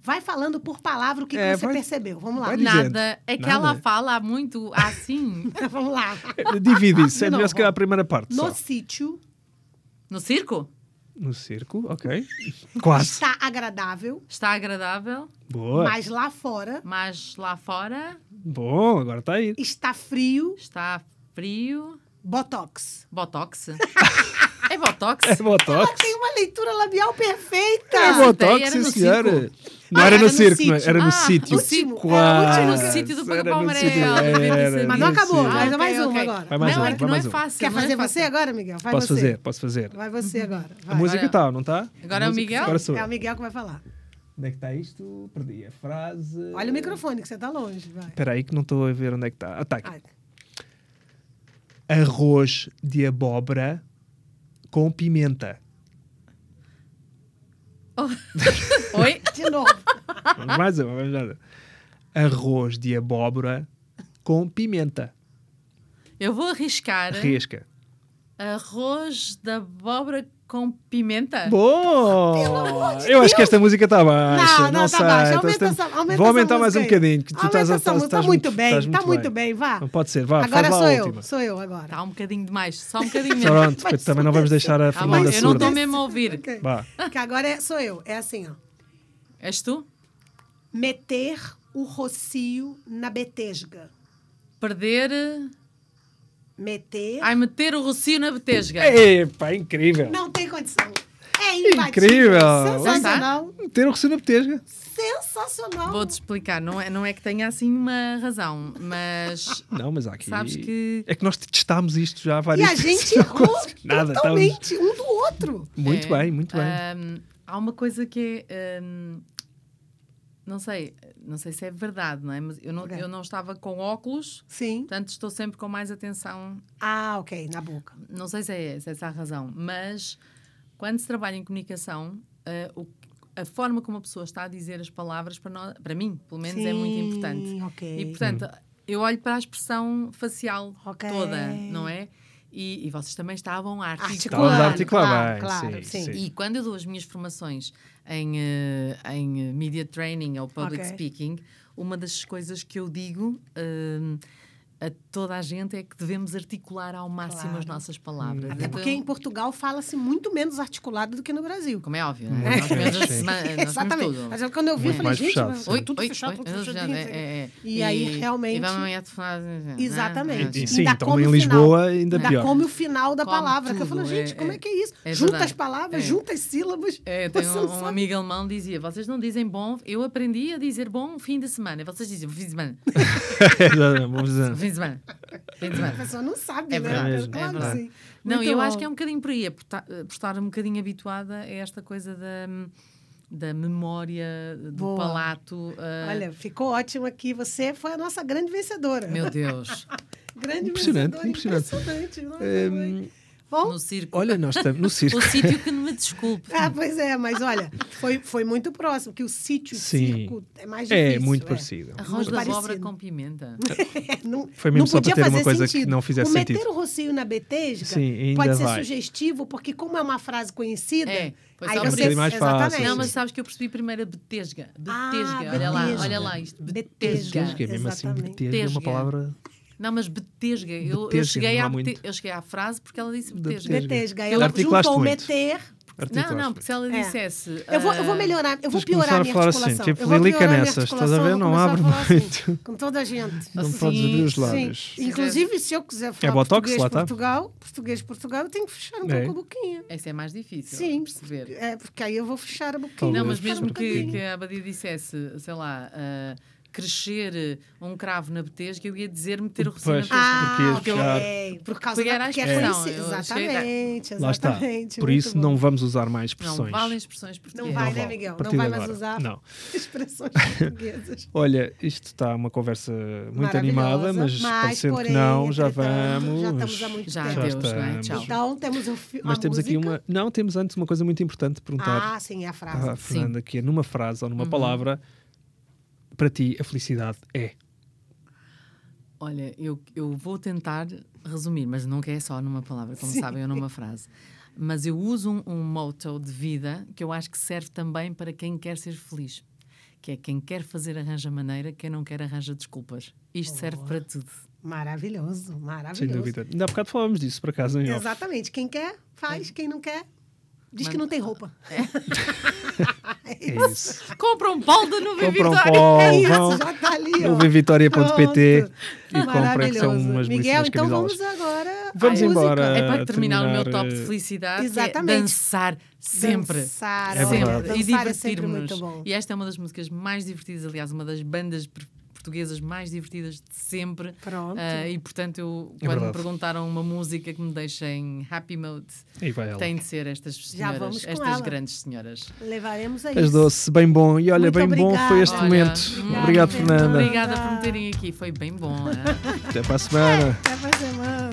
[SPEAKER 1] Vai falando por palavra o que, que
[SPEAKER 2] É,
[SPEAKER 1] você
[SPEAKER 2] vai-
[SPEAKER 1] percebeu. Vamos lá.
[SPEAKER 2] vai dizer.
[SPEAKER 4] Nada. É que
[SPEAKER 2] Nada.
[SPEAKER 4] ela fala muito assim.
[SPEAKER 1] Vamos lá.
[SPEAKER 2] Divide-se. É
[SPEAKER 4] Não,
[SPEAKER 2] melhor se calhar a
[SPEAKER 4] vou-
[SPEAKER 2] primeira parte.
[SPEAKER 1] No
[SPEAKER 2] Só.
[SPEAKER 1] sítio
[SPEAKER 4] No circo?
[SPEAKER 2] No circo, ok. Quase.
[SPEAKER 1] está agradável,
[SPEAKER 4] Está agradável,
[SPEAKER 2] Boa.
[SPEAKER 1] mas lá fora
[SPEAKER 4] mas lá fora
[SPEAKER 2] Bom, agora está aí.
[SPEAKER 1] está frio
[SPEAKER 4] está frio.
[SPEAKER 1] botox.
[SPEAKER 4] Botox? É Botox?
[SPEAKER 2] É Botox.
[SPEAKER 1] Ela tem uma leitura labial perfeita.
[SPEAKER 2] É
[SPEAKER 4] bom.
[SPEAKER 2] Botox,
[SPEAKER 4] era
[SPEAKER 2] sim,
[SPEAKER 4] no
[SPEAKER 2] senhora.
[SPEAKER 4] circo.
[SPEAKER 2] Não
[SPEAKER 1] Ah,
[SPEAKER 2] era
[SPEAKER 1] era
[SPEAKER 2] no
[SPEAKER 1] no
[SPEAKER 2] circo, não é?
[SPEAKER 1] sítio.
[SPEAKER 2] era no
[SPEAKER 4] Ah,
[SPEAKER 2] sítio.
[SPEAKER 4] o sítio.
[SPEAKER 2] Quase.
[SPEAKER 1] Era o
[SPEAKER 4] último sítio do
[SPEAKER 2] Era
[SPEAKER 4] Pica-Pau
[SPEAKER 2] no
[SPEAKER 4] Amarelo.
[SPEAKER 2] sítio. Era
[SPEAKER 1] Mas não
[SPEAKER 2] no
[SPEAKER 1] acabou,
[SPEAKER 2] sítio.
[SPEAKER 1] mas mais
[SPEAKER 4] ok,
[SPEAKER 1] um
[SPEAKER 4] ok.
[SPEAKER 1] agora.
[SPEAKER 2] Vai mais
[SPEAKER 4] não,
[SPEAKER 2] um,
[SPEAKER 4] é que
[SPEAKER 2] vai
[SPEAKER 4] não é
[SPEAKER 2] mais um.
[SPEAKER 4] fácil.
[SPEAKER 1] Quer
[SPEAKER 4] não é
[SPEAKER 1] fazer
[SPEAKER 4] fácil.
[SPEAKER 1] você agora, Miguel? Faz
[SPEAKER 2] Posso
[SPEAKER 1] você.
[SPEAKER 2] fazer, posso fazer.
[SPEAKER 1] Vai você agora.
[SPEAKER 2] A
[SPEAKER 1] vai.
[SPEAKER 2] música
[SPEAKER 4] Agora-
[SPEAKER 2] está, não está?
[SPEAKER 4] Agora é o Miguel?
[SPEAKER 2] Agora sou eu.
[SPEAKER 1] É o Miguel que vai falar.
[SPEAKER 2] Onde é que está isto? Perdi a frase.
[SPEAKER 1] Olha o microfone, que você tá longe. Vai.
[SPEAKER 2] Espera aí que não estou a ver onde é que está. Ah, tá aqui.
[SPEAKER 1] Ai,
[SPEAKER 2] Arroz de abóbora com pimenta.
[SPEAKER 4] Oi?
[SPEAKER 1] de novo.
[SPEAKER 2] Vamos mais uma, vamos mais uma. Arroz de abóbora com pimenta.
[SPEAKER 4] Eu vou arriscar
[SPEAKER 2] Risca.
[SPEAKER 4] arroz de abóbora com pimenta.
[SPEAKER 2] Bom! eu acho que esta música está baixa.
[SPEAKER 1] não, tá
[SPEAKER 2] sei.
[SPEAKER 1] baixa.
[SPEAKER 2] então
[SPEAKER 1] Aumenta
[SPEAKER 2] se tem-
[SPEAKER 1] essa- aumenta
[SPEAKER 2] Vou
[SPEAKER 1] essa
[SPEAKER 2] aumentar mais
[SPEAKER 1] música
[SPEAKER 2] um
[SPEAKER 1] aí.
[SPEAKER 2] bocadinho. Que tu
[SPEAKER 1] Aumenta
[SPEAKER 2] estás, a-
[SPEAKER 1] essa
[SPEAKER 2] estás,
[SPEAKER 1] música,
[SPEAKER 2] estás
[SPEAKER 1] tá muito bem,
[SPEAKER 2] estás
[SPEAKER 1] tá muito bem, vá.
[SPEAKER 2] Não pode ser, vá.
[SPEAKER 1] agora
[SPEAKER 2] faz lá
[SPEAKER 1] sou
[SPEAKER 2] a
[SPEAKER 1] eu.
[SPEAKER 2] última.
[SPEAKER 1] Sou eu agora.
[SPEAKER 4] Está um bocadinho demais, só um bocadinho mesmo.
[SPEAKER 2] Pronto, porque também não vamos deixar a
[SPEAKER 4] Tá bom,
[SPEAKER 2] Fernanda
[SPEAKER 4] eu não estou
[SPEAKER 2] surda.
[SPEAKER 4] mesmo a ouvir.
[SPEAKER 1] Ok.
[SPEAKER 2] Vá.
[SPEAKER 1] Que agora é- sou eu. É assim, ó.
[SPEAKER 4] És tu?
[SPEAKER 1] Meter o rocio na betesga.
[SPEAKER 4] Perder. eh,
[SPEAKER 1] Meter.
[SPEAKER 4] Ai, meter o Rocio na Betesga.
[SPEAKER 2] É Epá, incrível.
[SPEAKER 1] Não tem condição. É imbatível.
[SPEAKER 2] Incrível.
[SPEAKER 1] Sensacional.
[SPEAKER 2] Ter o recinto na betesga.
[SPEAKER 1] Sensacional.
[SPEAKER 4] Vou-te explicar, não é, não é que tenha assim uma razão, mas
[SPEAKER 2] Não, mas há aqui.
[SPEAKER 4] Sabes que-
[SPEAKER 2] É que nós testámos isto já
[SPEAKER 1] E
[SPEAKER 2] várias
[SPEAKER 1] a gente
[SPEAKER 2] não
[SPEAKER 1] errou
[SPEAKER 2] consegui- Nada, estávamos-
[SPEAKER 1] totalmente um do outro.
[SPEAKER 2] Muito
[SPEAKER 4] É.
[SPEAKER 2] bem, muito bem.
[SPEAKER 4] hum, há uma coisa que é. hum, não sei, não sei se é verdade, não é? Mas eu não,
[SPEAKER 1] Ok.
[SPEAKER 4] eu não estava com óculos,
[SPEAKER 1] Sim.
[SPEAKER 4] portanto estou sempre com mais atenção.
[SPEAKER 1] Ah, ok. Na boca.
[SPEAKER 4] Não sei se é, se é essa a razão, mas quando se trabalha em comunicação, eh, o- a forma como a pessoa está a dizer as palavras, para, nós, para mim, pelo menos, é muito
[SPEAKER 1] Sim,
[SPEAKER 4] importante.
[SPEAKER 1] ok.
[SPEAKER 4] E, portanto, eu olho para a expressão facial
[SPEAKER 1] Ok.
[SPEAKER 4] toda, não é? E, e vocês também estavam a articular.
[SPEAKER 2] Estávamos a articular
[SPEAKER 1] claro,
[SPEAKER 2] bem.
[SPEAKER 1] claro,
[SPEAKER 2] sim,
[SPEAKER 1] sim.
[SPEAKER 2] sim.
[SPEAKER 4] E quando eu dou as minhas formações em, eh, em eh, media training ou public
[SPEAKER 1] Ok.
[SPEAKER 4] speaking, uma das coisas que eu digo hum, a toda a gente é que devemos articular ao máximo
[SPEAKER 1] Claro. Uhum.
[SPEAKER 4] as nossas palavras.
[SPEAKER 1] Até
[SPEAKER 4] Então,
[SPEAKER 1] porque em Portugal fala-se muito menos articulado do que no Brasil.
[SPEAKER 4] Como é óbvio, né? nós temos
[SPEAKER 2] menos,
[SPEAKER 4] as
[SPEAKER 2] sim.
[SPEAKER 4] semanas, nós temos
[SPEAKER 1] Exatamente.
[SPEAKER 4] tudo.
[SPEAKER 1] Mas eu- quando eu vi, eu
[SPEAKER 2] Muito
[SPEAKER 1] falei,
[SPEAKER 2] mais
[SPEAKER 1] gente,
[SPEAKER 2] fechado,
[SPEAKER 1] mas é
[SPEAKER 2] sim.
[SPEAKER 4] Oi,
[SPEAKER 1] tudo
[SPEAKER 4] oi,
[SPEAKER 1] fechado, tudo
[SPEAKER 4] oi,
[SPEAKER 1] fechadinho. né?
[SPEAKER 4] é, é, é.
[SPEAKER 1] E aí, realmente-
[SPEAKER 4] E vamos amanhã te falar, né?
[SPEAKER 1] Exatamente.
[SPEAKER 2] E,
[SPEAKER 1] Ainda
[SPEAKER 2] sim, então
[SPEAKER 1] come
[SPEAKER 2] em
[SPEAKER 1] o
[SPEAKER 2] Lisboa
[SPEAKER 1] final.
[SPEAKER 2] ainda
[SPEAKER 1] Ainda
[SPEAKER 2] pior.
[SPEAKER 1] come o final da
[SPEAKER 4] Come
[SPEAKER 1] palavra. que eu falo,
[SPEAKER 4] tudo,
[SPEAKER 1] gente,
[SPEAKER 4] é-
[SPEAKER 1] como é que é isso?
[SPEAKER 4] é
[SPEAKER 1] junta as
[SPEAKER 4] verdade.
[SPEAKER 1] palavras,
[SPEAKER 4] É.
[SPEAKER 1] junta as sílabas.
[SPEAKER 4] É, eu
[SPEAKER 1] Você
[SPEAKER 4] tenho
[SPEAKER 1] não
[SPEAKER 4] um, um
[SPEAKER 1] sabe.
[SPEAKER 4] amigo alemão que dizia: vocês não dizem bom, eu aprendi a dizer bom fim de semana. E vocês dizem fim de semana,
[SPEAKER 2] Vamos dizer.
[SPEAKER 4] fim de semana, fim de semana.
[SPEAKER 1] A pessoa não sabe,
[SPEAKER 4] É
[SPEAKER 1] né?
[SPEAKER 4] verdade,
[SPEAKER 2] é
[SPEAKER 1] claro que
[SPEAKER 4] verdade.
[SPEAKER 1] sim.
[SPEAKER 4] Não,
[SPEAKER 1] Muito
[SPEAKER 4] eu
[SPEAKER 1] bom.
[SPEAKER 4] acho que é um bocadinho por aí, é por, ta- eh, por estar um bocadinho habituada a esta coisa da, da memória, do
[SPEAKER 1] Boa.
[SPEAKER 4] palato. eh,
[SPEAKER 1] Olha, ficou ótimo aqui. Você foi a nossa grande vencedora.
[SPEAKER 4] Meu Deus,
[SPEAKER 1] grande
[SPEAKER 2] Impressionante,
[SPEAKER 1] vencedora.
[SPEAKER 2] impressionante.
[SPEAKER 1] Impressionante. Nossa, mãe.
[SPEAKER 2] Hum,
[SPEAKER 1] Bom,
[SPEAKER 4] no circo.
[SPEAKER 2] olha, nós estamos no circo.
[SPEAKER 4] O sítio que me desculpe.
[SPEAKER 1] ah, pois é, mas olha, foi, foi muito próximo, que o sítio, o
[SPEAKER 2] Sim.
[SPEAKER 1] circo, é mais difícil.
[SPEAKER 2] É muito parecido.
[SPEAKER 4] Arroz
[SPEAKER 1] Muito
[SPEAKER 4] da abóbora
[SPEAKER 1] parecido.
[SPEAKER 4] com pimenta.
[SPEAKER 1] Não,
[SPEAKER 2] Foi mesmo
[SPEAKER 1] não
[SPEAKER 2] só
[SPEAKER 1] podia
[SPEAKER 2] para ter uma
[SPEAKER 1] fazer
[SPEAKER 2] coisa que
[SPEAKER 1] sentido.
[SPEAKER 2] não fizesse
[SPEAKER 1] o meter
[SPEAKER 2] sentido.
[SPEAKER 1] o rocio na betesga
[SPEAKER 2] Sim, ainda
[SPEAKER 1] pode ser
[SPEAKER 2] vai.
[SPEAKER 1] sugestivo, porque como é uma frase conhecida,
[SPEAKER 4] É, pois
[SPEAKER 1] aí
[SPEAKER 4] só por
[SPEAKER 1] você...
[SPEAKER 4] isso. É
[SPEAKER 2] mais fácil,
[SPEAKER 1] Exatamente.
[SPEAKER 4] Não, mas sabes que eu percebi primeiro a betesga.
[SPEAKER 1] Ah,
[SPEAKER 4] Betesga, olha lá,
[SPEAKER 1] betesga.
[SPEAKER 4] olha lá isto.
[SPEAKER 1] Betesga.
[SPEAKER 4] Betesga.
[SPEAKER 2] Betesga, mesmo assim,
[SPEAKER 1] Exatamente.
[SPEAKER 2] betesga é uma
[SPEAKER 4] Betesga.
[SPEAKER 2] palavra.
[SPEAKER 4] Não, mas betesga. Eu, eu
[SPEAKER 2] Betesga,
[SPEAKER 4] cheguei
[SPEAKER 2] não há
[SPEAKER 4] à, bete-
[SPEAKER 2] muito.
[SPEAKER 4] eu cheguei à frase porque ela disse betesga.
[SPEAKER 2] Betesga.
[SPEAKER 1] Betesga,
[SPEAKER 4] Eu
[SPEAKER 1] eu
[SPEAKER 2] articulaste
[SPEAKER 1] junto ao
[SPEAKER 2] muito.
[SPEAKER 1] meter...
[SPEAKER 4] Não, não, porque
[SPEAKER 2] Articulaste.
[SPEAKER 4] se ela
[SPEAKER 1] É.
[SPEAKER 4] dissesse.
[SPEAKER 1] Eu vou, eu vou
[SPEAKER 4] ah,
[SPEAKER 1] melhorar, eu vou
[SPEAKER 2] Tens de começar
[SPEAKER 1] piorar
[SPEAKER 2] a
[SPEAKER 1] a minha
[SPEAKER 2] falar assim,
[SPEAKER 1] articulação.
[SPEAKER 2] tipo,
[SPEAKER 1] eu vou
[SPEAKER 2] lilica
[SPEAKER 1] piorar a minha
[SPEAKER 2] nessas, estás a
[SPEAKER 1] articulação,
[SPEAKER 2] ver?
[SPEAKER 1] vou
[SPEAKER 2] Não
[SPEAKER 1] começar a
[SPEAKER 2] abre
[SPEAKER 1] falar
[SPEAKER 2] muito.
[SPEAKER 1] Assim, com toda a gente.
[SPEAKER 2] Não
[SPEAKER 4] assim,
[SPEAKER 2] podes abrir os lábios.
[SPEAKER 1] Sim. Inclusive, se eu quiser falar
[SPEAKER 2] É botox,
[SPEAKER 1] português,
[SPEAKER 2] lá tá.
[SPEAKER 1] Portugal, português, Portugal, eu tenho que fechar um
[SPEAKER 2] É.
[SPEAKER 1] pouco a boquinha.
[SPEAKER 4] Esse é mais difícil
[SPEAKER 1] Sim.
[SPEAKER 4] Sim. perceber.
[SPEAKER 1] É, porque aí eu vou fechar a boquinha.
[SPEAKER 2] Talvez,
[SPEAKER 4] Não, mas
[SPEAKER 1] Fechar
[SPEAKER 4] mesmo
[SPEAKER 1] um
[SPEAKER 4] que,
[SPEAKER 1] bocadinho.
[SPEAKER 4] que a Abadia dissesse, sei lá, ah, crescer ah, um cravo na betesca, eu ia dizer meter o rocinho na
[SPEAKER 2] Pois.
[SPEAKER 4] betesca.
[SPEAKER 1] Ah,
[SPEAKER 2] porque ia
[SPEAKER 1] ok. Por causa
[SPEAKER 4] Porque
[SPEAKER 1] da
[SPEAKER 4] era a
[SPEAKER 1] porque
[SPEAKER 4] expressão,
[SPEAKER 1] conheci-
[SPEAKER 4] eu
[SPEAKER 1] Exatamente,
[SPEAKER 2] Lá está.
[SPEAKER 1] exatamente.
[SPEAKER 2] Por
[SPEAKER 1] muito
[SPEAKER 2] isso
[SPEAKER 1] bom.
[SPEAKER 2] não vamos usar mais
[SPEAKER 4] Não
[SPEAKER 2] expressões.
[SPEAKER 4] valem expressões portuguesas.
[SPEAKER 1] vai,
[SPEAKER 2] Não
[SPEAKER 1] né,
[SPEAKER 2] vale.
[SPEAKER 1] Miguel?
[SPEAKER 2] A partir
[SPEAKER 1] Não vai
[SPEAKER 2] de
[SPEAKER 1] mais
[SPEAKER 2] agora.
[SPEAKER 1] usar.
[SPEAKER 2] Não.
[SPEAKER 1] expressões portuguesas.
[SPEAKER 2] Olha, isto está uma conversa muito
[SPEAKER 1] Maravilhosa,
[SPEAKER 2] animada, mas,
[SPEAKER 1] mas,
[SPEAKER 2] parecendo
[SPEAKER 1] porém,
[SPEAKER 2] que não, já
[SPEAKER 1] entretanto,
[SPEAKER 2] vamos.
[SPEAKER 1] já estamos há muito
[SPEAKER 4] Já,
[SPEAKER 1] tempo.
[SPEAKER 4] adeus, não é?
[SPEAKER 2] estamos.
[SPEAKER 4] Tchau.
[SPEAKER 1] Então temos o fi-
[SPEAKER 2] Mas
[SPEAKER 1] a
[SPEAKER 2] temos aqui
[SPEAKER 1] música.
[SPEAKER 2] uma. um Não, temos antes uma coisa muito importante de perguntar
[SPEAKER 1] Ah, sim, Uhum. é a frase.
[SPEAKER 2] à Fernanda, que é numa frase ou numa palavra, para ti a felicidade é.
[SPEAKER 4] Olha, eu, eu vou tentar resumir, mas nunca é só numa palavra, como sabem, ou numa frase. Mas eu uso um, um motto de vida que eu acho que serve também para quem quer ser feliz. Que é quem quer fazer arranja maneira, quem não quer arranja desculpas. Isto serve para tudo.
[SPEAKER 1] Maravilhoso,
[SPEAKER 2] Sem
[SPEAKER 1] maravilhoso.
[SPEAKER 2] dúvida. Ainda há bocado falávamos disso, por acaso, em off.
[SPEAKER 1] Exatamente. Quem quer, faz. Quem não quer, diz que
[SPEAKER 4] Manda-
[SPEAKER 1] não tem roupa.
[SPEAKER 2] É isso.
[SPEAKER 4] Compra um pau da nuvem
[SPEAKER 2] Compram
[SPEAKER 4] Vitória!
[SPEAKER 1] É
[SPEAKER 2] pó,
[SPEAKER 1] isso,
[SPEAKER 2] vão
[SPEAKER 1] já tá ali, ó. Tá
[SPEAKER 2] novevinvitoria.pt e comprem que
[SPEAKER 1] Maravilhoso.
[SPEAKER 2] são umas
[SPEAKER 1] Miguel,
[SPEAKER 2] belíssimas
[SPEAKER 1] então
[SPEAKER 2] camisolas.
[SPEAKER 1] vamos agora. à
[SPEAKER 2] Vamos
[SPEAKER 1] música.
[SPEAKER 2] embora.
[SPEAKER 4] É para terminar, o meu
[SPEAKER 2] terminar,
[SPEAKER 4] top
[SPEAKER 2] eh,
[SPEAKER 4] de felicidade.
[SPEAKER 1] Exatamente.
[SPEAKER 4] É dançar sempre.
[SPEAKER 1] Dançar,
[SPEAKER 2] É
[SPEAKER 1] olha,
[SPEAKER 2] verdade.
[SPEAKER 4] sempre. E
[SPEAKER 1] dançar é sempre muito
[SPEAKER 4] divertirmos.
[SPEAKER 1] bom.
[SPEAKER 4] e esta é uma das músicas mais divertidas, aliás, uma das bandas pr- portuguesas mais divertidas de sempre.
[SPEAKER 1] Pronto.
[SPEAKER 4] Ah, e portanto, eu,
[SPEAKER 2] É
[SPEAKER 4] quando me
[SPEAKER 2] verdade.
[SPEAKER 4] perguntaram uma música que me deixa em happy mode,
[SPEAKER 2] E vai ela.
[SPEAKER 4] tem de ser estas senhoras,
[SPEAKER 1] vamos com
[SPEAKER 4] estas
[SPEAKER 1] ela.
[SPEAKER 4] grandes senhoras.
[SPEAKER 1] Levaremos a isso.
[SPEAKER 2] Ajudou-se, bem bom. E olha,
[SPEAKER 1] Muito
[SPEAKER 2] bem bom
[SPEAKER 1] obrigada.
[SPEAKER 2] foi este
[SPEAKER 4] Olha,
[SPEAKER 2] momento.
[SPEAKER 4] obrigada,
[SPEAKER 2] Obrigado,
[SPEAKER 1] Fernanda.
[SPEAKER 2] Fernanda.
[SPEAKER 4] Obrigada por me terem aqui, foi bem bom. ah.
[SPEAKER 2] Até para a semana.
[SPEAKER 1] Até pra semana.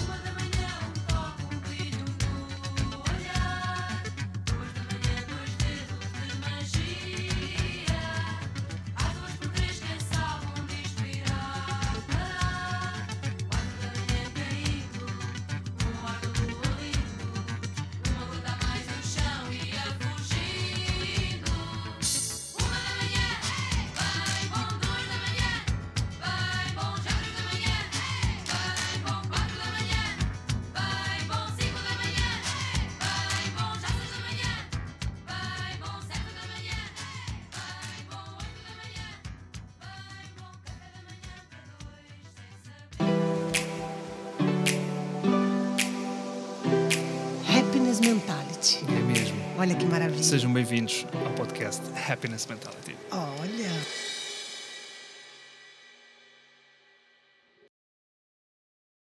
[SPEAKER 5] Uma da manhã, um copo, um brilho no olhar. Duas da manhã, dois dedos de magia. Às duas por três, quem sabe onde isto irá parar. Quatro da manhã, caído, um ar do alívio. Uma gota a mais no chão e a fugindo. Uma da manhã, bem bom, duas da manhã, bem bom, já três da manhã, bem bom, quatro da manhã, bem bom, cinco da manhã, bem bom, já seis da manhã, bem bom, sete da manhã, bem bom, oito da manhã, bem bom, café da manhã para dois sem saber.
[SPEAKER 1] Happiness Mentality.
[SPEAKER 2] É mesmo.
[SPEAKER 1] Olha que maravilha.
[SPEAKER 2] Sejam bem-vindos ao podcast Happiness Mentality.
[SPEAKER 1] Olha.